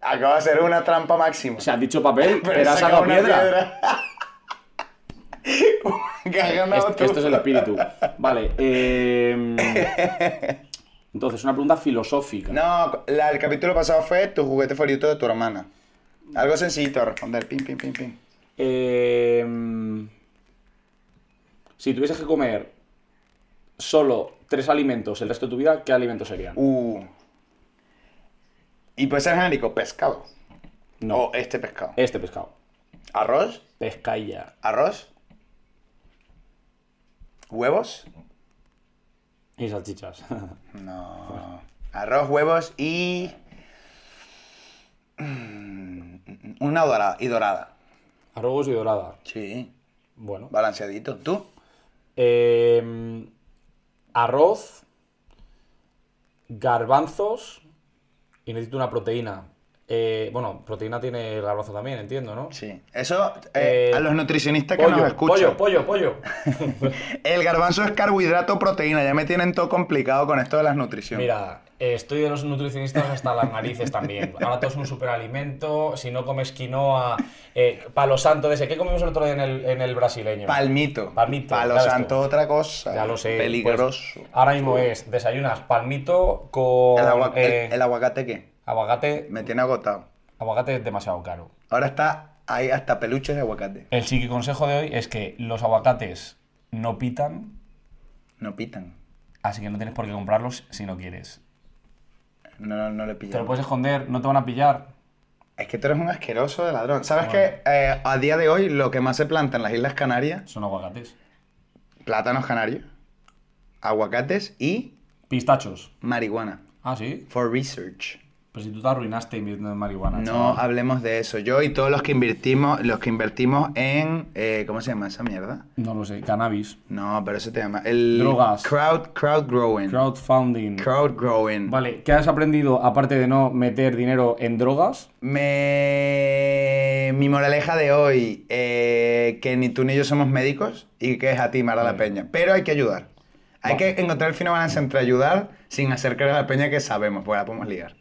C: Acaba de ser una trampa máxima.
D: O sea, has dicho papel, pero, has sacado
C: sacado
D: piedra.
C: que has ganado
D: Est-
C: tú.
D: esto es el espíritu. Vale. eh, entonces, una pregunta filosófica.
C: No, la- el capítulo pasado fue tu juguete favorito de tu hermana. Algo sencillito a responder. Pim, pim, pim, pim.
D: Eh, si tuvieses que comer solo tres alimentos el resto de tu vida, ¿qué alimentos serían?
C: Uh. Y puede ser genérico, pescado.
D: no.
C: O este pescado.
D: Este pescado.
C: Arroz,
D: Pescaya.
C: arroz. Huevos.
D: Y salchichas.
C: No. Ah. Arroz, huevos y. Mm, Una dorada. Y dorada.
D: Arrobos y dorada.
C: Sí.
D: Bueno.
C: Balanceadito. ¿Tú?
D: Eh,
E: Em,
D: arroz, garbanzos y necesito una proteína. Eh, bueno, proteína tiene el garbanzo también, entiendo, ¿no?
C: Sí. Eso, eh,
D: Eh,
C: a los nutricionistas que nos
D: Pollo,
C: escuchan.
D: pollo, pollo, pollo.
C: El garbanzo es carbohidrato, proteína. Ya me tienen todo complicado con esto de las nutriciones.
E: Mira, eh, estoy de los nutricionistas hasta las narices también. Ahora todo es un superalimento. Si no comes quinoa, eh, palo santo de ese. ¿Qué comimos el otro día en el, en el brasileño?
C: Palmito.
E: Palmito,
C: Palo
E: claro,
C: santo,
E: esto.
C: otra cosa.
E: Ya lo sé.
C: Peligroso.
E: pues, ahora mismo es desayunas palmito con
C: el, agua-
E: eh,
C: el- el aguacate, ¿qué?
E: aguacate.
C: Me tiene agotado.
E: Aguacate es demasiado caro.
C: Ahora está, hay hasta peluches de aguacate.
E: El psiqui consejo de hoy es que los aguacates no pitan,
C: No pitan.
E: así que no tienes por qué comprarlos si no quieres.
C: No, no, no le
E: Te
C: pillan.
E: lo puedes esconder, no te van a pillar.
C: Es que tú eres un asqueroso de ladrón. ¿Sabes que eh, a día de hoy lo que más se planta en las Islas Canarias?
E: Son aguacates.
C: Plátanos canarios, aguacates y
E: Pistachos.
C: marihuana.
E: Ah, sí.
C: For research.
E: Pues si tú te arruinaste invirtiendo en marihuana.
C: No
E: chaval.
C: hablemos de eso. Yo y todos los que invertimos, los que invertimos en. eh, ¿Cómo se llama esa mierda?
E: No lo sé. Cannabis.
C: No, pero eso te llama. El
E: Drogas.
C: Crowd, crowd growing. Crowd,
E: Crowdfunding.
C: growing.
E: Vale, ¿qué has aprendido aparte de no meter dinero en drogas?
C: Me... Mi moraleja de hoy, eh, que ni tú ni yo somos médicos y que es a ti, Mara la Peña. Pero hay que ayudar. Hay que encontrar el fino balance entre ayudar sin hacer creer a la peña que sabemos, porque la podemos liar.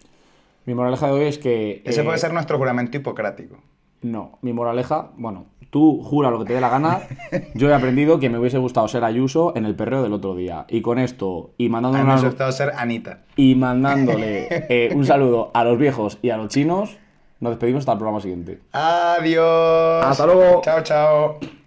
D: Mi moraleja de hoy es que.
C: Ese
D: eh,
C: puede ser nuestro juramento hipocrático.
D: No, mi moraleja, bueno, tú jura lo que te dé la gana. Yo he aprendido que me hubiese gustado ser Ayuso en el perreo del otro día. Y con esto, y
C: A
D: mandando
C: mí
D: una-
C: me ha gustado ser Anita.
D: y mandándole eh, un saludo a los viejos y a los chinos, nos despedimos hasta el programa siguiente.
C: Adiós.
D: Hasta luego.
C: Chao, chao.